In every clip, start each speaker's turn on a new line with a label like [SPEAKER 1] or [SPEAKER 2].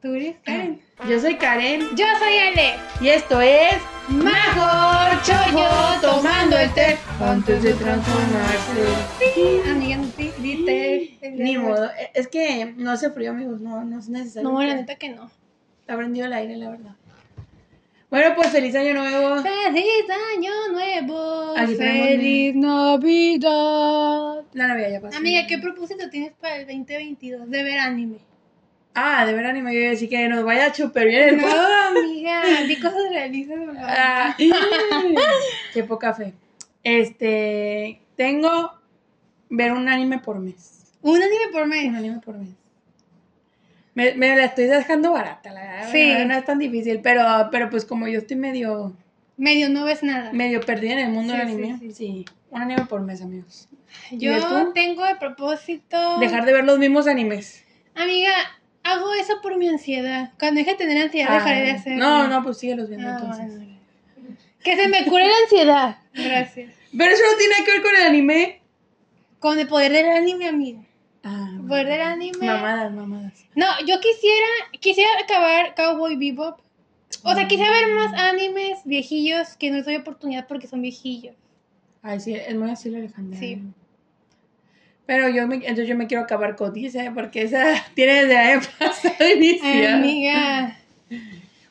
[SPEAKER 1] Tú eres Karen. Ah. Yo soy Karen.
[SPEAKER 2] Yo soy Ale.
[SPEAKER 1] Y esto es.
[SPEAKER 2] Mejor
[SPEAKER 1] Choyo tomando el té
[SPEAKER 2] antes de transformarse. Ah, Sí, amiga, no te
[SPEAKER 1] Ni modo. e, Es que no hace frío, amigos. No, no es necesario.
[SPEAKER 2] No, la neta que no.
[SPEAKER 1] Está prendido el aire, la verdad. Bueno, pues feliz año nuevo.
[SPEAKER 2] Feliz año nuevo.
[SPEAKER 1] Aquí tenemos
[SPEAKER 2] Feliz Navidad.
[SPEAKER 1] La Navidad ya pasó.
[SPEAKER 2] Amiga, ¿qué propósito tienes para el 2022 de ver anime?
[SPEAKER 1] Ah, de verano y me voy a decir que nos vaya súper bien el
[SPEAKER 2] No,
[SPEAKER 1] podcast.
[SPEAKER 2] amiga, di cosas realistas, por favor.
[SPEAKER 1] Ah, qué poca fe. Este, tengo ver un anime por mes.
[SPEAKER 2] Un anime por
[SPEAKER 1] Un
[SPEAKER 2] mes.
[SPEAKER 1] anime por mes. Me, me la estoy dejando barata, la verdad.
[SPEAKER 2] Sí.
[SPEAKER 1] No es tan difícil, pero, pero pues como yo estoy medio,
[SPEAKER 2] Medio no ves nada.
[SPEAKER 1] medio perdida en el mundo
[SPEAKER 2] Sí,
[SPEAKER 1] del
[SPEAKER 2] sí,
[SPEAKER 1] anime. Sí,
[SPEAKER 2] sí.
[SPEAKER 1] un anime por mes, amigos. ¿Y ves
[SPEAKER 2] Yo
[SPEAKER 1] tú?
[SPEAKER 2] tengo de propósito.
[SPEAKER 1] Dejar de ver los mismos animes.
[SPEAKER 2] Amiga, hago eso por mi ansiedad. Cuando deje de tener ansiedad, dejaré de
[SPEAKER 1] Ah,
[SPEAKER 2] hacerlo.
[SPEAKER 1] No, no, pues síguelos viendo
[SPEAKER 2] Ah,
[SPEAKER 1] entonces.
[SPEAKER 2] bueno. Que se me cure la ansiedad. Gracias.
[SPEAKER 1] Pero eso no tiene nada que ver con el anime.
[SPEAKER 2] Con el poder del anime, amiga.
[SPEAKER 1] Ah,
[SPEAKER 2] Poder del anime.
[SPEAKER 1] mamadas, mamadas.
[SPEAKER 2] No, yo quisiera, quisiera acabar Cowboy Bebop. O sea, quisiera ver más animes viejillos que no les doy oportunidad porque son viejillos.
[SPEAKER 1] Ay, sí, es muy así Alejandra.
[SPEAKER 2] Sí.
[SPEAKER 1] Pero yo me, entonces yo me quiero acabar con dice, porque esa tiene desde el año pasado iniciada.
[SPEAKER 2] Amiga,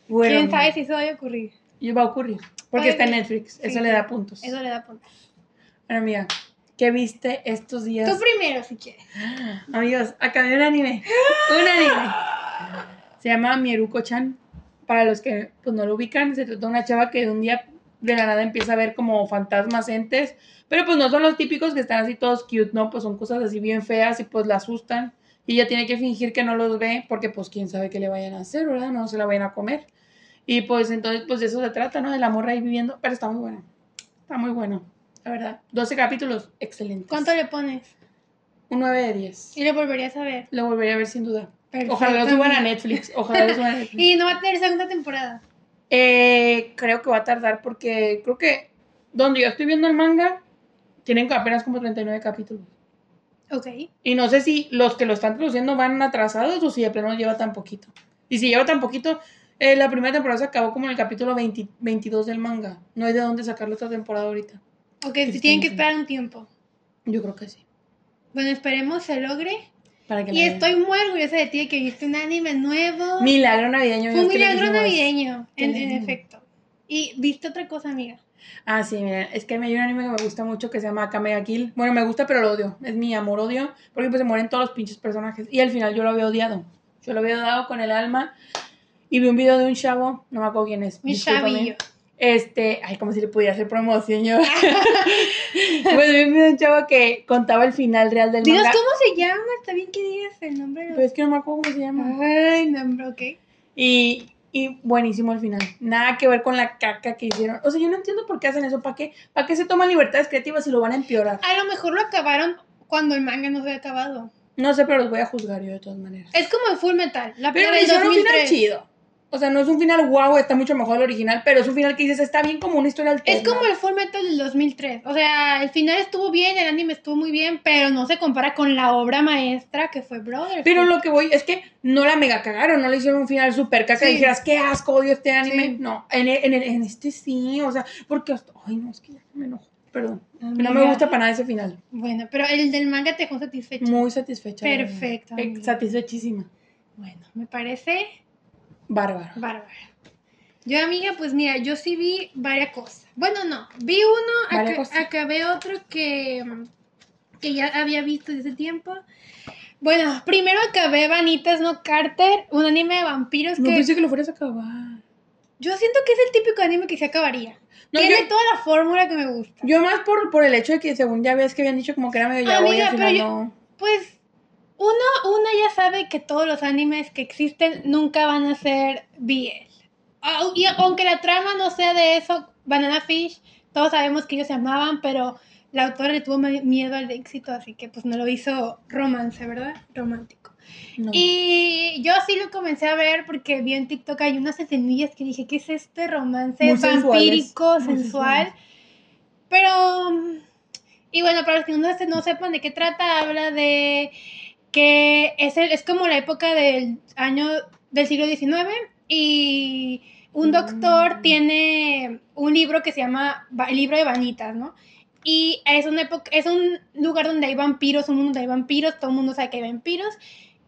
[SPEAKER 1] Bueno,
[SPEAKER 2] quién sabe si eso vaya a ocurrir.
[SPEAKER 1] Y va a ocurrir. Porque
[SPEAKER 2] Oye,
[SPEAKER 1] está en Netflix. eso
[SPEAKER 2] sí,
[SPEAKER 1] le
[SPEAKER 2] sí.
[SPEAKER 1] da puntos.
[SPEAKER 2] Eso le da punta.
[SPEAKER 1] Bueno, amiga, ¿qué viste estos días?
[SPEAKER 2] Tú primero, si quieres.
[SPEAKER 1] Amigos, acabé un anime. Un anime. Se llama Mieruko-chan. Para los que pues, no lo ubican, se trata de una chava que de un día de la nada empieza a ver como fantasmas entes. Pero pues no son los típicos que están así todos cute, ¿no? Pues son cosas así bien feas y pues la asustan. Y ella tiene que fingir que no los ve porque pues quién sabe qué le vayan a hacer, ¿verdad? No se la vayan a comer. Y pues entonces pues de eso se trata, ¿no? De la morra ahí viviendo. Pero está muy buena. Está muy bueno, la verdad. 12 capítulos, excelente.
[SPEAKER 2] ¿Cuánto le pones?
[SPEAKER 1] Un 9 de 10.
[SPEAKER 2] Y lo volverías a ver.
[SPEAKER 1] Lo volvería a ver sin duda.
[SPEAKER 2] Perfecto,
[SPEAKER 1] Ojalá lo suban a
[SPEAKER 2] amiga.
[SPEAKER 1] Netflix. Ojalá lo suban a Netflix.
[SPEAKER 2] Y no va a tener segunda temporada.
[SPEAKER 1] Eh, creo que va a tardar porque creo que donde yo estoy viendo el manga tienen apenas como 39 capítulos.
[SPEAKER 2] Ok.
[SPEAKER 1] Y no sé si los que lo están produciendo van atrasados o si de plano lleva tan poquito. Y si lleva tan poquito, eh, la primera temporada se acabó como en el capítulo 20 22 del manga. No hay de dónde sacar la otra temporada ahorita.
[SPEAKER 2] Ok,
[SPEAKER 1] Sí,
[SPEAKER 2] si tienen
[SPEAKER 1] sí,
[SPEAKER 2] que
[SPEAKER 1] sí.
[SPEAKER 2] esperar un tiempo.
[SPEAKER 1] Yo creo que sí.
[SPEAKER 2] Bueno, esperemos se logre.
[SPEAKER 1] Para que
[SPEAKER 2] Y
[SPEAKER 1] la
[SPEAKER 2] estoy muy orgullosa de ti de que viste un anime nuevo.
[SPEAKER 1] vean. Milagro navideño.
[SPEAKER 2] Fue un
[SPEAKER 1] Dios, ¿qué le
[SPEAKER 2] milagro
[SPEAKER 1] dijimos?
[SPEAKER 2] navideño,
[SPEAKER 1] ¿Qué
[SPEAKER 2] en,
[SPEAKER 1] le
[SPEAKER 2] en
[SPEAKER 1] dijimos?
[SPEAKER 2] efecto. Y viste otra cosa, amiga.
[SPEAKER 1] Ah, sí, mira, es que hay un anime que me gusta mucho que se llama Kamega Kill. Bueno, me gusta, pero lo odio. Es mi amor odio, porque pues se mueren todos los pinches personajes. Y al final yo lo había odiado. Yo lo había odiado con el alma. Y vi un video de un chavo, no me acuerdo quién es.
[SPEAKER 2] Un
[SPEAKER 1] discúlpame.
[SPEAKER 2] chavillo.
[SPEAKER 1] Este, ay, como si le pudiera hacer promoción yo. pues vi un video de un chavo que contaba el final real del
[SPEAKER 2] Dinos
[SPEAKER 1] manga. Pues,
[SPEAKER 2] cómo se llama, está bien que digas el nombre. de los-
[SPEAKER 1] Pero es que no me acuerdo cómo se llama.
[SPEAKER 2] Ay, nombre, ok.
[SPEAKER 1] Y, y buenísimo el final. Nada que ver con la caca que hicieron. O sea, yo no entiendo por qué hacen eso. ¿Para qué? ¿Para qué se toman libertades creativas si lo van a empeorar?
[SPEAKER 2] A lo mejor lo acabaron cuando el manga no se había acabado.
[SPEAKER 1] No sé, pero los voy a juzgar yo de todas maneras.
[SPEAKER 2] Es como el Full Metal, la
[SPEAKER 1] Pero
[SPEAKER 2] película
[SPEAKER 1] le
[SPEAKER 2] del
[SPEAKER 1] hicieron un final
[SPEAKER 2] 2003.
[SPEAKER 1] chido. O sea, no es un final guau, está mucho mejor el original, pero es un final que dices, está bien como una historia alterna.
[SPEAKER 2] Es como el Full Metal del 2003. O sea, el final estuvo bien, el anime estuvo muy bien, pero no se compara con la obra maestra que fue Brothers.
[SPEAKER 1] Pero lo que voy es que no la mega cagaron, no le hicieron un final super caca y
[SPEAKER 2] Sí.
[SPEAKER 1] dijeras, qué asco, odio este anime.
[SPEAKER 2] Sí.
[SPEAKER 1] No, en, el- en, el- en este sí, o sea, porque hasta- Ay, no, es que ya me enojo. Perdón. No me
[SPEAKER 2] Amiga.
[SPEAKER 1] gusta para nada ese final.
[SPEAKER 2] Bueno, pero el del manga te dejó satisfecho.
[SPEAKER 1] Muy satisfecha. la verdad.
[SPEAKER 2] Perfecto,
[SPEAKER 1] Eh,
[SPEAKER 2] amiga.
[SPEAKER 1] Satisfechísima.
[SPEAKER 2] Bueno, me parece
[SPEAKER 1] Bárbaro.
[SPEAKER 2] Bárbara. Yo, amiga, pues mira, yo sí vi varias cosas. Bueno, no, vi uno,
[SPEAKER 1] Varias
[SPEAKER 2] aca-
[SPEAKER 1] cosas.
[SPEAKER 2] acabé otro que, mm, que ya había visto desde tiempo. Bueno, primero acabé Vanitas No Carter, un anime de vampiros
[SPEAKER 1] No pues
[SPEAKER 2] que
[SPEAKER 1] pensé que lo fueras a acabar.
[SPEAKER 2] yo siento que es el típico anime que se acabaría.
[SPEAKER 1] No,
[SPEAKER 2] Tiene
[SPEAKER 1] yo-
[SPEAKER 2] toda la fórmula que me gusta.
[SPEAKER 1] Yo más por, por el hecho de que según ya ves que habían dicho como que era medio ya voy,
[SPEAKER 2] Amiga,
[SPEAKER 1] al final
[SPEAKER 2] pero yo-
[SPEAKER 1] no.
[SPEAKER 2] Pues uno, uno ya sabe que todos los animes que existen nunca van a ser BL. Au- Y aunque la trama no sea de eso, Banana Fish, todos sabemos que ellos se amaban, pero la autora le tuvo me- miedo al éxito, así que pues no lo hizo romance, ¿verdad? Romántico.
[SPEAKER 1] no.
[SPEAKER 2] Y yo sí lo comencé a ver porque vi en TikTok hay unas semillas que dije, ¿qué es este romance
[SPEAKER 1] Muy sensuales,
[SPEAKER 2] vampírico,
[SPEAKER 1] muy
[SPEAKER 2] sensual?
[SPEAKER 1] sensuales.
[SPEAKER 2] Pero, mm, y bueno, para los que no, se- no sepan de qué trata, habla de que es, el- es como la época del año del siglo XIX y un
[SPEAKER 1] Mm.
[SPEAKER 2] doctor tiene un libro que se llama Va- el libro de Vanitas, ¿no? Y es, una época, es un lugar donde hay vampiros, un mundo donde hay vampiros, todo el mundo sabe que hay vampiros.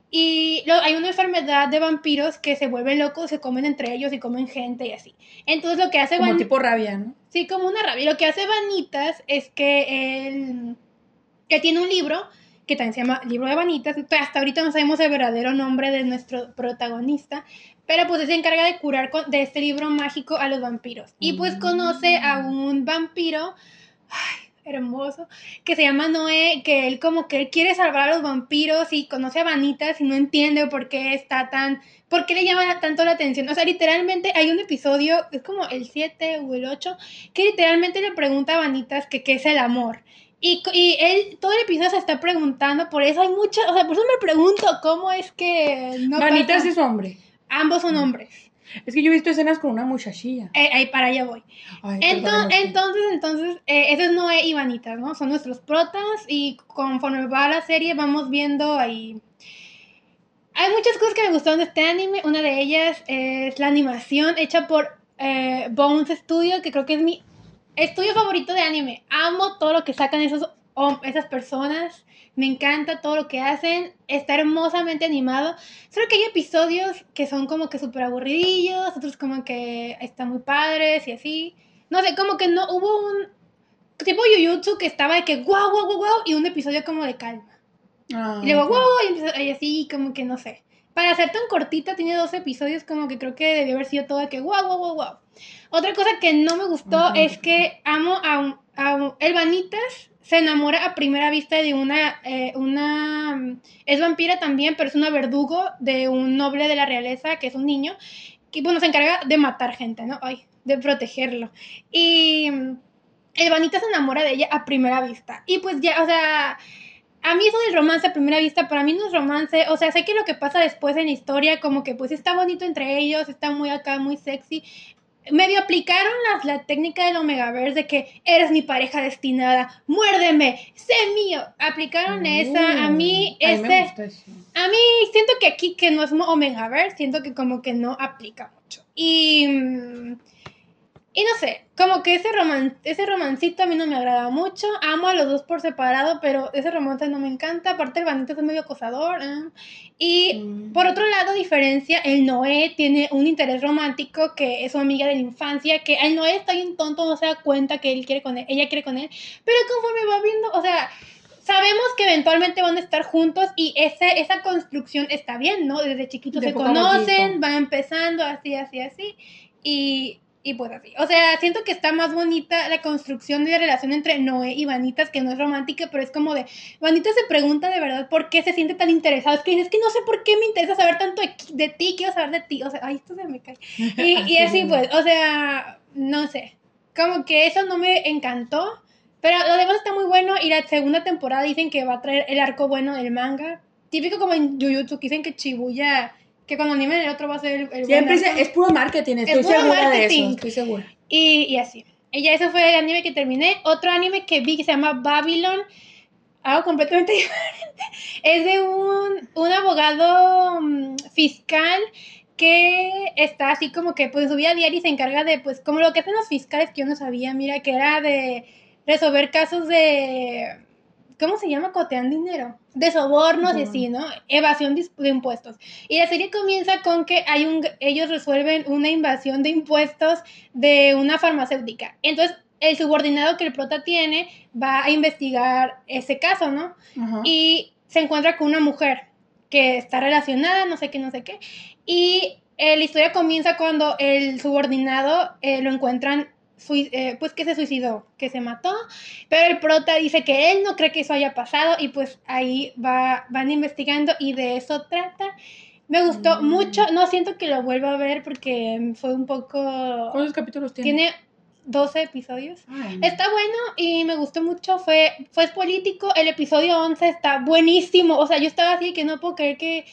[SPEAKER 2] Y lo- hay una enfermedad de vampiros que se vuelven locos, se comen entre ellos y comen gente y así. Entonces lo que hace
[SPEAKER 1] Como
[SPEAKER 2] Van-
[SPEAKER 1] tipo rabia, ¿no?
[SPEAKER 2] Sí, como una rabia. Y Lo que hace Vanitas es que él, que tiene un libro que también se llama Libro de Vanitas. Pero hasta ahorita no sabemos el verdadero nombre de nuestro protagonista. Pero pues él se encarga de curar con- de este libro mágico a los vampiros. Y pues conoce a un vampiro ay, hermoso que se llama Noé, que él como que él quiere salvar a los vampiros y conoce a Vanitas y no entiende por qué está tan ¿Por qué le llama tanto la atención? O sea, literalmente hay un episodio, es como el 7 o el 8, que literalmente le pregunta a Vanitas que qué es el amor. Y, co- y él, todo el episodio se está preguntando, por eso hay muchas, o sea, por eso me pregunto cómo es que no
[SPEAKER 1] Vanitas
[SPEAKER 2] pasa.
[SPEAKER 1] es hombre.
[SPEAKER 2] Ambos son hombres.
[SPEAKER 1] Es que yo he visto escenas con una muchachilla.
[SPEAKER 2] Eh, ahí para allá voy.
[SPEAKER 1] Ay,
[SPEAKER 2] Entonces,
[SPEAKER 1] perdóname.
[SPEAKER 2] entonces, entonces eh, eso es Noé y Vanitas, ¿no? Son nuestros protas y conforme va la serie vamos viendo ahí... Hay muchas cosas que me gustaron de este anime. Una de ellas es la animación hecha por eh, Bones Studio, que creo que es mi estudio favorito de anime. Amo todo lo que sacan esos, hom- esas personas. Me encanta todo lo que hacen. Está hermosamente animado. Solo que hay episodios que son como que súper aburridillos, otros como que están muy padres y así. No sé, como que no hubo un tipo Jujutsu que estaba de que guau, guau, guau, guau, y un episodio como de calma.
[SPEAKER 1] Ah,
[SPEAKER 2] Y luego
[SPEAKER 1] ok.
[SPEAKER 2] guau, y, empieza- y así, como que no sé. Para ser tan cortita, tiene dos episodios, como que creo que debió haber sido todo de que guau, guau, guau, guau. Otra cosa que no me gustó
[SPEAKER 1] Ujú.
[SPEAKER 2] es que amo a, un- a un- el Vanitas. Se enamora a primera vista de una, eh, una... mm, Es vampira también, pero es una verdugo de un noble de la realeza, que es un niño que bueno, se encarga de matar gente, ¿no? Ay, de protegerlo. Y mm, el Vanita se enamora de ella a primera vista. Y pues ya, o sea, a mí eso del romance a primera vista, para mí no es romance. O sea, sé que lo que pasa después en la historia, como que pues está bonito entre ellos, está muy acá, muy sexy. Medio aplicaron las, la técnica del Omegaverse de que eres mi pareja destinada, muérdeme, sé mío. Aplicaron esa. A mí, este- ese.
[SPEAKER 1] Mm, a mí me gusta eso.
[SPEAKER 2] A mí siento que aquí que no es mo- Omegaverse, siento que como que no aplica mucho. Y, mm, y no sé, como que ese, roman, ese romancito a mí no me agrada mucho. Amo a los dos por separado, pero ese romance no me encanta. Aparte el Vanito es medio acosador. ah. Y
[SPEAKER 1] Mm.
[SPEAKER 2] por otro lado, diferencia, el Noé tiene un interés romántico que es su amiga de la infancia, que el Noé está bien tonto, no se da cuenta que él quiere con él, ella quiere con él, pero conforme va viendo, o sea, sabemos que eventualmente van a estar juntos y ese, esa construcción está bien, ¿no? Desde chiquitos
[SPEAKER 1] De
[SPEAKER 2] se
[SPEAKER 1] poco a poquito.
[SPEAKER 2] conocen, van empezando así, así, así, y, y pues así. O sea, siento que está más bonita la construcción de la relación entre Noé y Vanitas, que no es romántica, pero es como de, Vanita se pregunta de verdad por qué se siente tan interesado. Es que dice, es que no sé por qué me interesa saber tanto de, qui- de ti, quiero saber de ti. O sea, ay, esto se me cae. Y, y así pues, o sea, no sé. Como que eso no me encantó. Pero lo demás está muy bueno. Y la segunda temporada dicen que va a traer el arco bueno del manga. Típico como en Jujutsu, que dicen que Chibuya, que cuando animen el otro va a ser el, el buen
[SPEAKER 1] Siempre
[SPEAKER 2] arco.
[SPEAKER 1] se- es puro marketing, estoy
[SPEAKER 2] puro
[SPEAKER 1] segura de
[SPEAKER 2] marketing.
[SPEAKER 1] eso, estoy segura.
[SPEAKER 2] Y, y así. Ella, eso fue el anime que terminé. Otro anime que vi que se llama Babylon. Algo completamente diferente. Es de un, un abogado mm, fiscal que está así como que pues en su vida diaria y se encarga de pues como lo que hacen los fiscales que yo no sabía, mira, que era de resolver casos de ¿cómo se llama? Cotean dinero, de sobornos y
[SPEAKER 1] Ujú.
[SPEAKER 2] así, ¿no? Evasión dis- de impuestos. Y la serie comienza con que hay un ellos resuelven una invasión de impuestos de una farmacéutica. Entonces, el subordinado que el prota tiene va a investigar ese caso, ¿no?
[SPEAKER 1] Ajá.
[SPEAKER 2] y se encuentra con una mujer que está relacionada, no sé qué, no sé qué. Y eh, la historia comienza cuando el subordinado eh, lo encuentran, sui- eh, pues que se suicidó, que se mató, pero el prota dice que él no cree que eso haya pasado y pues ahí va, van investigando y de eso trata. Me gustó
[SPEAKER 1] Mm.
[SPEAKER 2] mucho, no siento que lo vuelva a ver porque fue un poco...
[SPEAKER 1] ¿Cuántos capítulos tiene?
[SPEAKER 2] Tiene 12 episodios.
[SPEAKER 1] Ay, no.
[SPEAKER 2] Está bueno y me gustó mucho, fue, fue político, el episodio 11 está buenísimo, o sea, yo estaba así que no puedo creer que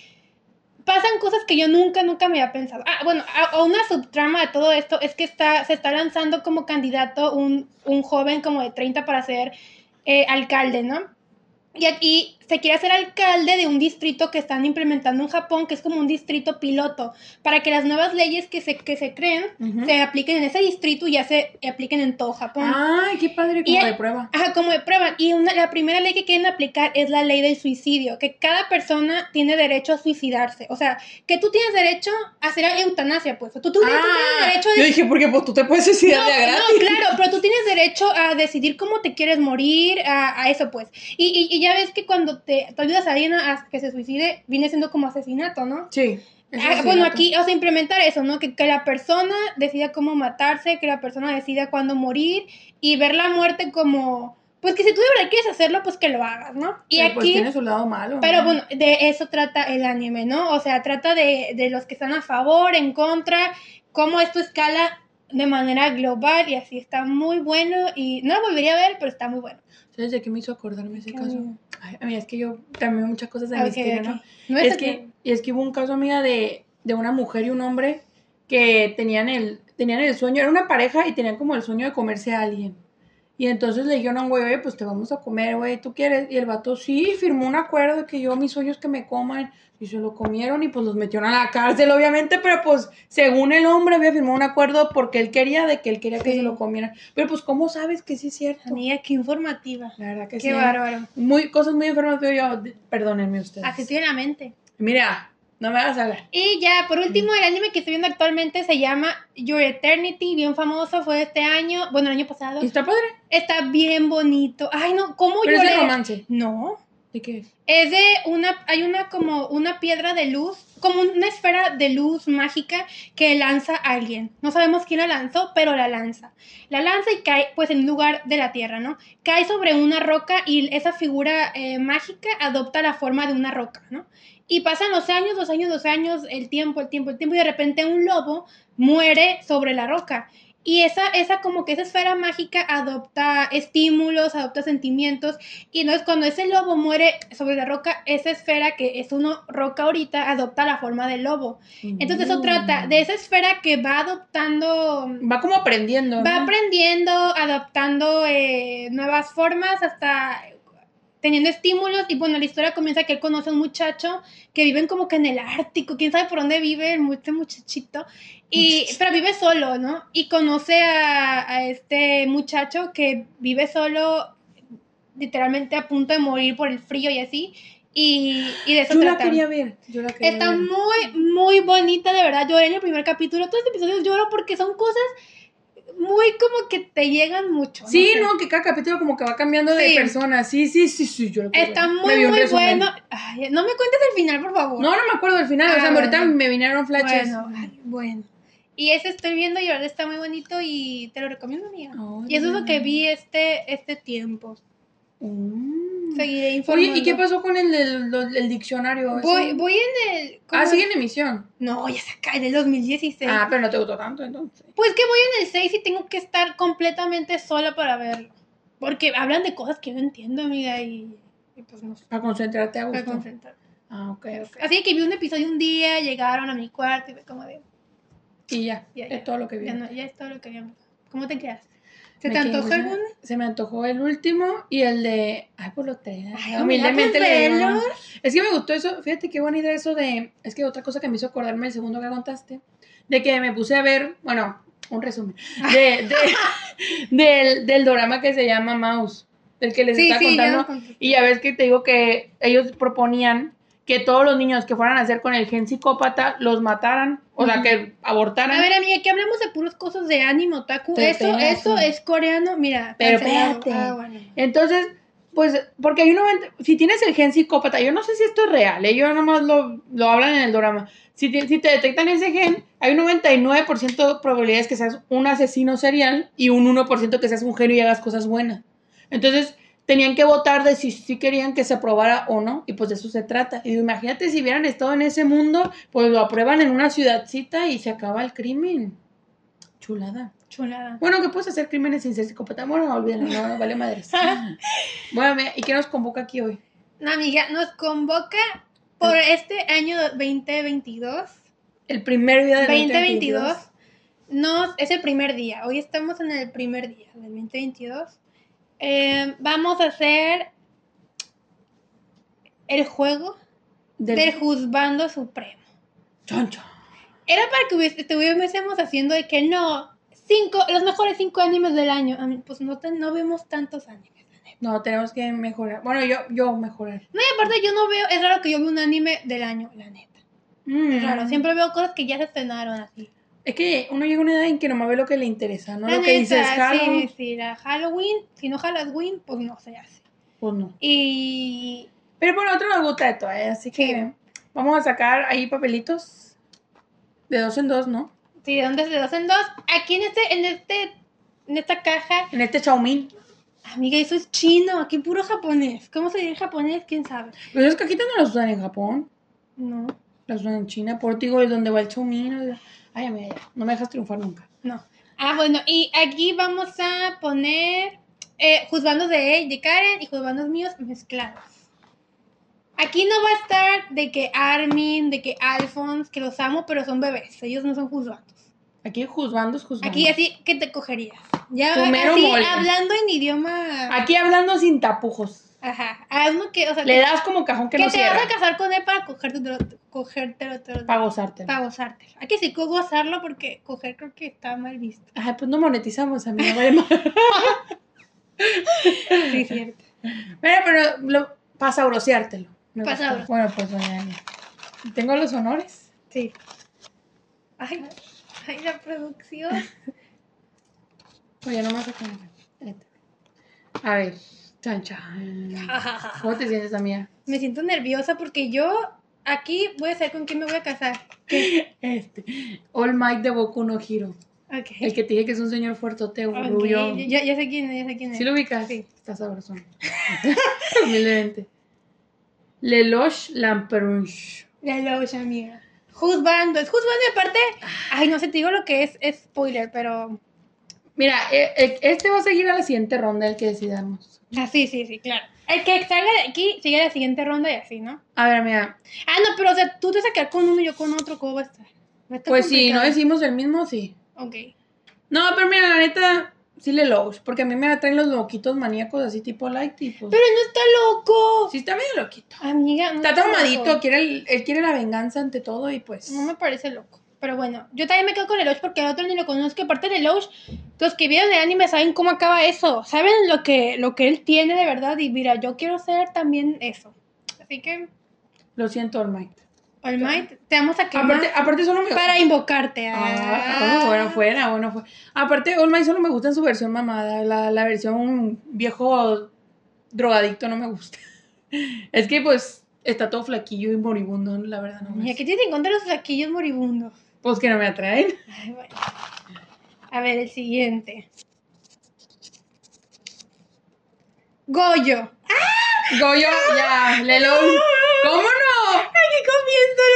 [SPEAKER 2] pasan cosas que yo nunca, nunca me había pensado. Ah, bueno, a, a una subtrama de todo esto es que está, se está lanzando como candidato un, un joven como de 30 para ser eh, alcalde, ¿no? Y aquí se quiere hacer alcalde de un distrito que están implementando en Japón, que es como un distrito piloto, para que las nuevas leyes que se, que se creen
[SPEAKER 1] Ujú.
[SPEAKER 2] se apliquen en ese distrito y ya se apliquen en todo Japón.
[SPEAKER 1] Ay, qué padre,
[SPEAKER 2] Y
[SPEAKER 1] como
[SPEAKER 2] el-
[SPEAKER 1] de prueba.
[SPEAKER 2] Ajá, como de prueba. Y una, la primera ley que quieren aplicar es la ley del suicidio, que cada persona tiene derecho a suicidarse. O sea, que tú tienes derecho a hacer eutanasia, pues. Tú, tú tienes, tú tienes
[SPEAKER 1] Ah,
[SPEAKER 2] derecho a
[SPEAKER 1] yo dije, porque pues, tú te puedes
[SPEAKER 2] no,
[SPEAKER 1] suicidar de a gratis.
[SPEAKER 2] no, claro, pero tú tienes derecho a decidir cómo te quieres morir, a, a eso pues. Y, y- y ya ves que cuando te, te ayudas a alguien a, a que se suicide, viene siendo como asesinato, ¿no?
[SPEAKER 1] Sí. es
[SPEAKER 2] Ah,
[SPEAKER 1] asesinato.
[SPEAKER 2] bueno, aquí, o sea, implementar eso, ¿no? Que, que la persona decida cómo matarse, que la persona decida cuándo morir y ver la muerte como, pues que si tú de verdad quieres hacerlo, pues que lo hagas, ¿no? Y
[SPEAKER 1] Pero,
[SPEAKER 2] aquí...
[SPEAKER 1] Pues tiene su lado malo.
[SPEAKER 2] Pero
[SPEAKER 1] ¿no?
[SPEAKER 2] bueno, de eso trata el anime, ¿no? O sea, trata de, de los que están a favor, en contra, cómo esto escala de manera global y así está muy bueno y no lo volvería a ver, pero está muy bueno.
[SPEAKER 1] ¿Sabes de qué me hizo acordarme ese
[SPEAKER 2] ¿Qué
[SPEAKER 1] caso?
[SPEAKER 2] amigo?
[SPEAKER 1] Ay, amiga, es que yo también muchas cosas de
[SPEAKER 2] Ah, ok,
[SPEAKER 1] misterio,
[SPEAKER 2] ok.
[SPEAKER 1] ¿no?
[SPEAKER 2] No
[SPEAKER 1] Es
[SPEAKER 2] está
[SPEAKER 1] que,
[SPEAKER 2] tan-
[SPEAKER 1] y es que hubo un caso, amiga, de, de una mujer y un hombre que tenían el, tenían el sueño, era una pareja y tenían como el sueño de comerse a alguien. Y entonces le dijeron, güey, oye, pues te vamos a comer, güey, ¿tú quieres? Y el vato sí firmó un acuerdo de que yo, mis sueños que me coman. Y se lo comieron y pues los metieron a la cárcel, obviamente, pero pues según el hombre había firmado un acuerdo porque él quería, de que él quería que
[SPEAKER 2] Sí.
[SPEAKER 1] se lo comieran. Pero pues, ¿cómo sabes que sí es cierto?
[SPEAKER 2] Amiga, qué informativa.
[SPEAKER 1] La verdad que
[SPEAKER 2] Qué
[SPEAKER 1] sí.
[SPEAKER 2] bárbaro.
[SPEAKER 1] Muy, cosas muy enfermas veo yo, de- perdónenme ustedes.
[SPEAKER 2] Así estoy en la mente.
[SPEAKER 1] Mira, no me hagas hablar.
[SPEAKER 2] Y ya, por último, el anime que estoy viendo actualmente se llama Your Eternity, bien famoso, fue este año, bueno, el año pasado.
[SPEAKER 1] Y está padre.
[SPEAKER 2] Está bien bonito. Ay, no, ¿cómo
[SPEAKER 1] Pero es de
[SPEAKER 2] lloré?
[SPEAKER 1] romance.
[SPEAKER 2] No.
[SPEAKER 1] ¿De qué es?
[SPEAKER 2] Es de una, hay una como una piedra de luz, como una esfera de luz mágica que lanza a alguien. No sabemos quién la lanzó, pero la lanza. La lanza y cae, pues, en un lugar de la tierra, ¿no? Cae sobre una roca y esa figura eh, mágica adopta la forma de una roca, ¿no? Y pasan los años, los años, los años, el tiempo, el tiempo, el tiempo, y de repente un lobo muere sobre la roca. Y esa, esa como que esa esfera mágica adopta estímulos, adopta sentimientos y entonces cuando ese lobo muere sobre la roca, esa esfera que es una roca ahorita adopta la forma del lobo. Entonces
[SPEAKER 1] Mm.
[SPEAKER 2] eso trata de esa esfera que va adoptando,
[SPEAKER 1] Va como aprendiendo.
[SPEAKER 2] va
[SPEAKER 1] ¿no?
[SPEAKER 2] aprendiendo, adaptando eh, nuevas formas hasta teniendo estímulos y bueno, la historia comienza que él conoce a un muchacho que viven como que en el Ártico, quién sabe por dónde vive el mu- este muchachito, y,
[SPEAKER 1] Muchachito.
[SPEAKER 2] pero vive solo, ¿no? Y conoce a, a este muchacho que vive solo, literalmente a punto de morir por el frío y así, y, y de eso
[SPEAKER 1] Yo la
[SPEAKER 2] trata.
[SPEAKER 1] quería ver. Yo la quería
[SPEAKER 2] Está
[SPEAKER 1] ver.
[SPEAKER 2] muy, muy bonita, de verdad. Lloré en el primer capítulo. Todos los episodios lloro porque son cosas muy como que te llegan mucho. no
[SPEAKER 1] Sí,
[SPEAKER 2] sé.
[SPEAKER 1] no, que cada capítulo como que va cambiando de
[SPEAKER 2] Sí.
[SPEAKER 1] persona. Sí, sí, sí, sí. Yo la quiero
[SPEAKER 2] Está
[SPEAKER 1] ver. Me vi
[SPEAKER 2] muy,
[SPEAKER 1] un
[SPEAKER 2] muy
[SPEAKER 1] resumen.
[SPEAKER 2] bueno. Ay, no me cuentes el final, por favor.
[SPEAKER 1] No, no me acuerdo del final. o sea,
[SPEAKER 2] Ah,
[SPEAKER 1] ahorita
[SPEAKER 2] bueno.
[SPEAKER 1] me vinieron flashes.
[SPEAKER 2] bueno, ay, bueno. Y ese estoy viendo y ahora está muy bonito y te lo recomiendo, amiga.
[SPEAKER 1] Ay,
[SPEAKER 2] y eso es lo que
[SPEAKER 1] mira.
[SPEAKER 2] vi este, este tiempo.
[SPEAKER 1] Mm.
[SPEAKER 2] Seguiré informando.
[SPEAKER 1] Oye, ¿y qué pasó con el, del- lo- el diccionario? ese?
[SPEAKER 2] Voy, voy en el... ¿cómo?
[SPEAKER 1] Ah, sigue en emisión.
[SPEAKER 2] No, ya se cae del 2016.
[SPEAKER 1] Ah, pero no te gustó tanto entonces.
[SPEAKER 2] Pues que voy en el 6 y tengo que estar completamente sola para verlo. Porque hablan de cosas que no entiendo, amiga, y, y pues no sé.
[SPEAKER 1] Para concentrarte a
[SPEAKER 2] para
[SPEAKER 1] gusto.
[SPEAKER 2] concentrar.
[SPEAKER 1] Ah, ok, ok.
[SPEAKER 2] Así que vi un episodio un día, llegaron a mi cuarto y fue como de.
[SPEAKER 1] Y ya,
[SPEAKER 2] Ya,
[SPEAKER 1] es todo lo que vi.
[SPEAKER 2] Ya, no, ya es todo lo que habíamos. ¿Cómo te quedas? ¿Se
[SPEAKER 1] Me
[SPEAKER 2] te
[SPEAKER 1] quedé
[SPEAKER 2] antoja
[SPEAKER 1] con-
[SPEAKER 2] alguno?
[SPEAKER 1] Se me antojó el último y el de. Ay, por los tres.
[SPEAKER 2] Ay,
[SPEAKER 1] ¿no? humildemente
[SPEAKER 2] mira,
[SPEAKER 1] le
[SPEAKER 2] pues,
[SPEAKER 1] digo.
[SPEAKER 2] velos.
[SPEAKER 1] Es que me gustó eso. Fíjate qué buena idea eso de. Es que otra cosa que me hizo acordarme el segundo que contaste. De que me puse a ver. Bueno, un resumen. De, de- del, del drama que se llama Mouse. Del que les
[SPEAKER 2] Sí,
[SPEAKER 1] estaba
[SPEAKER 2] sí, ya
[SPEAKER 1] contando.
[SPEAKER 2] nos contaste.
[SPEAKER 1] Y ya ves que te digo que ellos proponían que todos los niños que fueran a hacer con el gen psicópata los mataran. O sea,
[SPEAKER 2] Ujú.
[SPEAKER 1] que abortaran.
[SPEAKER 2] A ver, amiga, que hablamos de puros cosas de anime, otaku.
[SPEAKER 1] Te
[SPEAKER 2] eso,
[SPEAKER 1] pegas,
[SPEAKER 2] eso
[SPEAKER 1] ¿no?
[SPEAKER 2] es coreano, mira.
[SPEAKER 1] Pero
[SPEAKER 2] cancelado.
[SPEAKER 1] espérate.
[SPEAKER 2] Ah, bueno.
[SPEAKER 1] Entonces, pues, porque hay un 90, si tienes el gen psicópata, yo no sé si esto es real, ¿eh? yo nomás lo, lo hablan en el drama. Si te, si te detectan ese gen, hay un 99% de probabilidades que seas un asesino serial y un 1% que seas un genio y hagas cosas buenas. Entonces, tenían que votar de si, si querían que se aprobara o no, y pues de eso se trata. Y imagínate si hubieran estado en ese mundo, pues lo aprueban en una ciudadcita y se acaba el crimen. Chulada.
[SPEAKER 2] Chulada.
[SPEAKER 1] Bueno, que puedes hacer crímenes sin ser psicópata. Bueno, olvídalo, no, no vale madres. bueno, mira, ¿y qué nos convoca aquí hoy?
[SPEAKER 2] No, amiga, nos convoca por este año 2022.
[SPEAKER 1] El primer día del
[SPEAKER 2] 2022. Nos, es el primer día. Hoy estamos en el primer día del 2022. Eh, vamos a hacer el juego
[SPEAKER 1] Del...
[SPEAKER 2] del, juzgando supremo.
[SPEAKER 1] Chon, chon.
[SPEAKER 2] Era para que hubiese- estuviésemos haciendo de que no, cinco, los mejores cinco animes del año. Ah, Pues no, tan- no vemos tantos animes. la neta.
[SPEAKER 1] No, tenemos que mejorar. Bueno, yo, yo mejorar.
[SPEAKER 2] No, y aparte yo no veo, es raro que yo vea un anime del año, la neta. Es raro, siempre veo cosas que ya se estrenaron así.
[SPEAKER 1] Mm. Es que uno llega a una edad en que nomás ve lo que le interesa, ¿no?
[SPEAKER 2] la
[SPEAKER 1] lo que dices,
[SPEAKER 2] neta, sí,
[SPEAKER 1] Halloween,
[SPEAKER 2] sí, la Halloween, si no Halloween, pues no se hace.
[SPEAKER 1] pues no.
[SPEAKER 2] Y
[SPEAKER 1] Pero por otro nos gusta esto, ¿eh? Así que vamos a sacar ahí papelitos de dos en dos, ¿no?
[SPEAKER 2] Sí, de dónde se dos en dos. Aquí en este, en este, en esta caja,
[SPEAKER 1] En este Xiaomi.
[SPEAKER 2] amiga, eso es chino, aquí puro japonés. ¿Cómo se dice en japonés? ¿Quién sabe?
[SPEAKER 1] Pero esas cajitas no las usan en Japón,
[SPEAKER 2] No,
[SPEAKER 1] las usan en China. Por ti digo, es donde va el Xiaomi. no- Ay, amiga, ya, no me dejas triunfar nunca.
[SPEAKER 2] no. Ah, bueno, y aquí vamos a poner eh, juzgandos de él, de Karen y juzgandos míos mezclados. Aquí no va a estar de que Armin, de que Alphonse, que los amo, pero son bebés. Ellos no son juzgandos.
[SPEAKER 1] Aquí juzgando es juzgando.
[SPEAKER 2] Aquí así que te cogerías. Ya
[SPEAKER 1] Tu mero
[SPEAKER 2] así,
[SPEAKER 1] mole.
[SPEAKER 2] hablando en idioma.
[SPEAKER 1] Aquí hablando sin tapujos.
[SPEAKER 2] Ajá. Hazlo que, o sea,
[SPEAKER 1] Le das como cajón que
[SPEAKER 2] Que
[SPEAKER 1] no
[SPEAKER 2] te
[SPEAKER 1] cierra
[SPEAKER 2] vas a casar con él para cogértelo, cogértelo, todo,
[SPEAKER 1] para gozarte.
[SPEAKER 2] para gozártelo. Hay que sí que gozarlo porque coger creo que está mal visto.
[SPEAKER 1] Ay, pues no monetizamos, amiga. vale madre.
[SPEAKER 2] Sí, es cierto.
[SPEAKER 1] Mira, pero lo, para sabroseártelo. Me
[SPEAKER 2] Pa'
[SPEAKER 1] gustó.
[SPEAKER 2] sabros-
[SPEAKER 1] Bueno, pues doña Ania. Tengo los honores.
[SPEAKER 2] Sí. Ay, ay, la producción.
[SPEAKER 1] Oye, Pues no me vas a poner. Neta. A ver, chan chan. ¿Cómo te sientes, amiga?
[SPEAKER 2] Me siento nerviosa porque yo aquí voy a saber con quién me voy a casar.
[SPEAKER 1] Este. All Might de Boku no Hiro.
[SPEAKER 2] Ok.
[SPEAKER 1] El que te dije que es un señor fuertote, un
[SPEAKER 2] Ok,
[SPEAKER 1] rubio.
[SPEAKER 2] Ya, ya sé quién es, ya sé quién es.
[SPEAKER 1] ¿Sí lo ubicas?
[SPEAKER 2] Sí.
[SPEAKER 1] Está sabroso. Humildemente. Leloche Lamperunch.
[SPEAKER 2] La locha, amiga. Juzgando, es juzgando y aparte. Ay, no sé, te digo lo que es, es spoiler, pero.
[SPEAKER 1] Mira, eh, eh, este va a seguir a la siguiente ronda, el que decidamos.
[SPEAKER 2] Ah, sí, sí, sí, claro. El que salga de aquí sigue la siguiente ronda y así, ¿no?
[SPEAKER 1] A ver, mira,
[SPEAKER 2] Ah, no, pero o sea, tú te vas a quedar con uno y yo con otro, ¿cómo va a estar? Va a estar
[SPEAKER 1] pues si no
[SPEAKER 2] complicado.
[SPEAKER 1] decimos el mismo, sí.
[SPEAKER 2] Ok.
[SPEAKER 1] No, pero mira, la neta, sí le Lelouch, porque a mí me atraen los loquitos maníacos así tipo light, tipo.
[SPEAKER 2] Pero no está loco.
[SPEAKER 1] sí está medio loquito.
[SPEAKER 2] Amiga, no
[SPEAKER 1] Está traumadito,
[SPEAKER 2] loco.
[SPEAKER 1] quiere el- él quiere la venganza ante todo y pues.
[SPEAKER 2] No me parece loco. Pero bueno, yo también me quedo con el Ouch porque el otro ni lo conozco. Aparte del Ouch, los que vieron el anime saben cómo acaba eso. Saben lo que, lo que él tiene de verdad. Y mira, yo quiero ser también eso. Así que,
[SPEAKER 1] Lo siento, All Might.
[SPEAKER 2] All Might, te vamos a quemar
[SPEAKER 1] Aparte, aparte solo me.
[SPEAKER 2] para invocarte.
[SPEAKER 1] Ah, oh, bueno, fuera, bueno, fuera. Aparte, All Might solo me gusta en su versión mamada. La, la versión viejo drogadicto no me gusta. Es que pues está todo flaquillo y moribundo, la verdad no me.
[SPEAKER 2] Mira, que tienes en contra de los flaquillos moribundos.
[SPEAKER 1] Pues que no me atraen.
[SPEAKER 2] Ay, bueno. A ver, el siguiente. Goyo.
[SPEAKER 1] Goyo, ya, Lelo. ¿Cómo no?
[SPEAKER 2] ¡Aquí comienza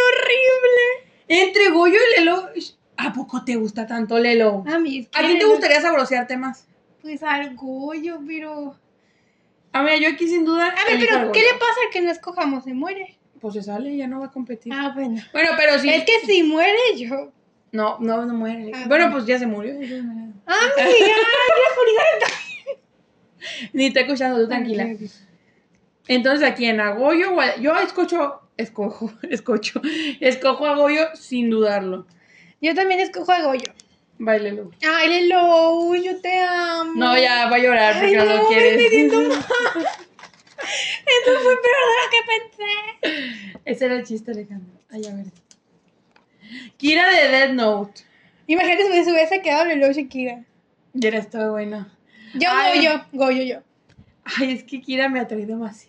[SPEAKER 2] lo
[SPEAKER 1] Entre Goyo y Lelo. ¿A poco te gusta tanto Lelo?
[SPEAKER 2] horrible! A mí, es que
[SPEAKER 1] ¿A ti
[SPEAKER 2] le-
[SPEAKER 1] te gustaría sabrosearte más?
[SPEAKER 2] Pues al Goyo, pero...
[SPEAKER 1] A ver, yo aquí sin duda.
[SPEAKER 2] A ver,
[SPEAKER 1] elijo al
[SPEAKER 2] pero ¿qué
[SPEAKER 1] Goyo.
[SPEAKER 2] le pasa al que no escojamos? ¿Se muere?
[SPEAKER 1] Pues se sale, ya no va a competir.
[SPEAKER 2] Ah, bueno.
[SPEAKER 1] Bueno, pero sí.
[SPEAKER 2] Es que si muere yo...
[SPEAKER 1] No, no, no muere.
[SPEAKER 2] Ah,
[SPEAKER 1] bueno,
[SPEAKER 2] bueno.
[SPEAKER 1] pues ya se murió.
[SPEAKER 2] Ah, ¡Amiga!
[SPEAKER 1] Ni te escuchando, tú tranquila. Entonces aquí en Agoyo, o a- yo escucho, escojo, escocho, escojo a Goyo sin dudarlo.
[SPEAKER 2] Yo también escojo a Goyo.
[SPEAKER 1] Bailelo.
[SPEAKER 2] ¡Ay, Lelo! Yo te amo.
[SPEAKER 1] No, ya va a llorar porque
[SPEAKER 2] Ay,
[SPEAKER 1] no, lo
[SPEAKER 2] no, me
[SPEAKER 1] quieres.
[SPEAKER 2] siento mal. Esto fue peor de lo que pensé.
[SPEAKER 1] Ese era el chiste, Alejandro. Ay, a ver. Kira de Dead Note.
[SPEAKER 2] Imagínate si se hubiese quedado Lelo Shakira.
[SPEAKER 1] Ya era todo bueno.
[SPEAKER 2] Yo
[SPEAKER 1] Ay.
[SPEAKER 2] Goyo, Goyo yo.
[SPEAKER 1] Ay, es que Kira me atrae demasiado.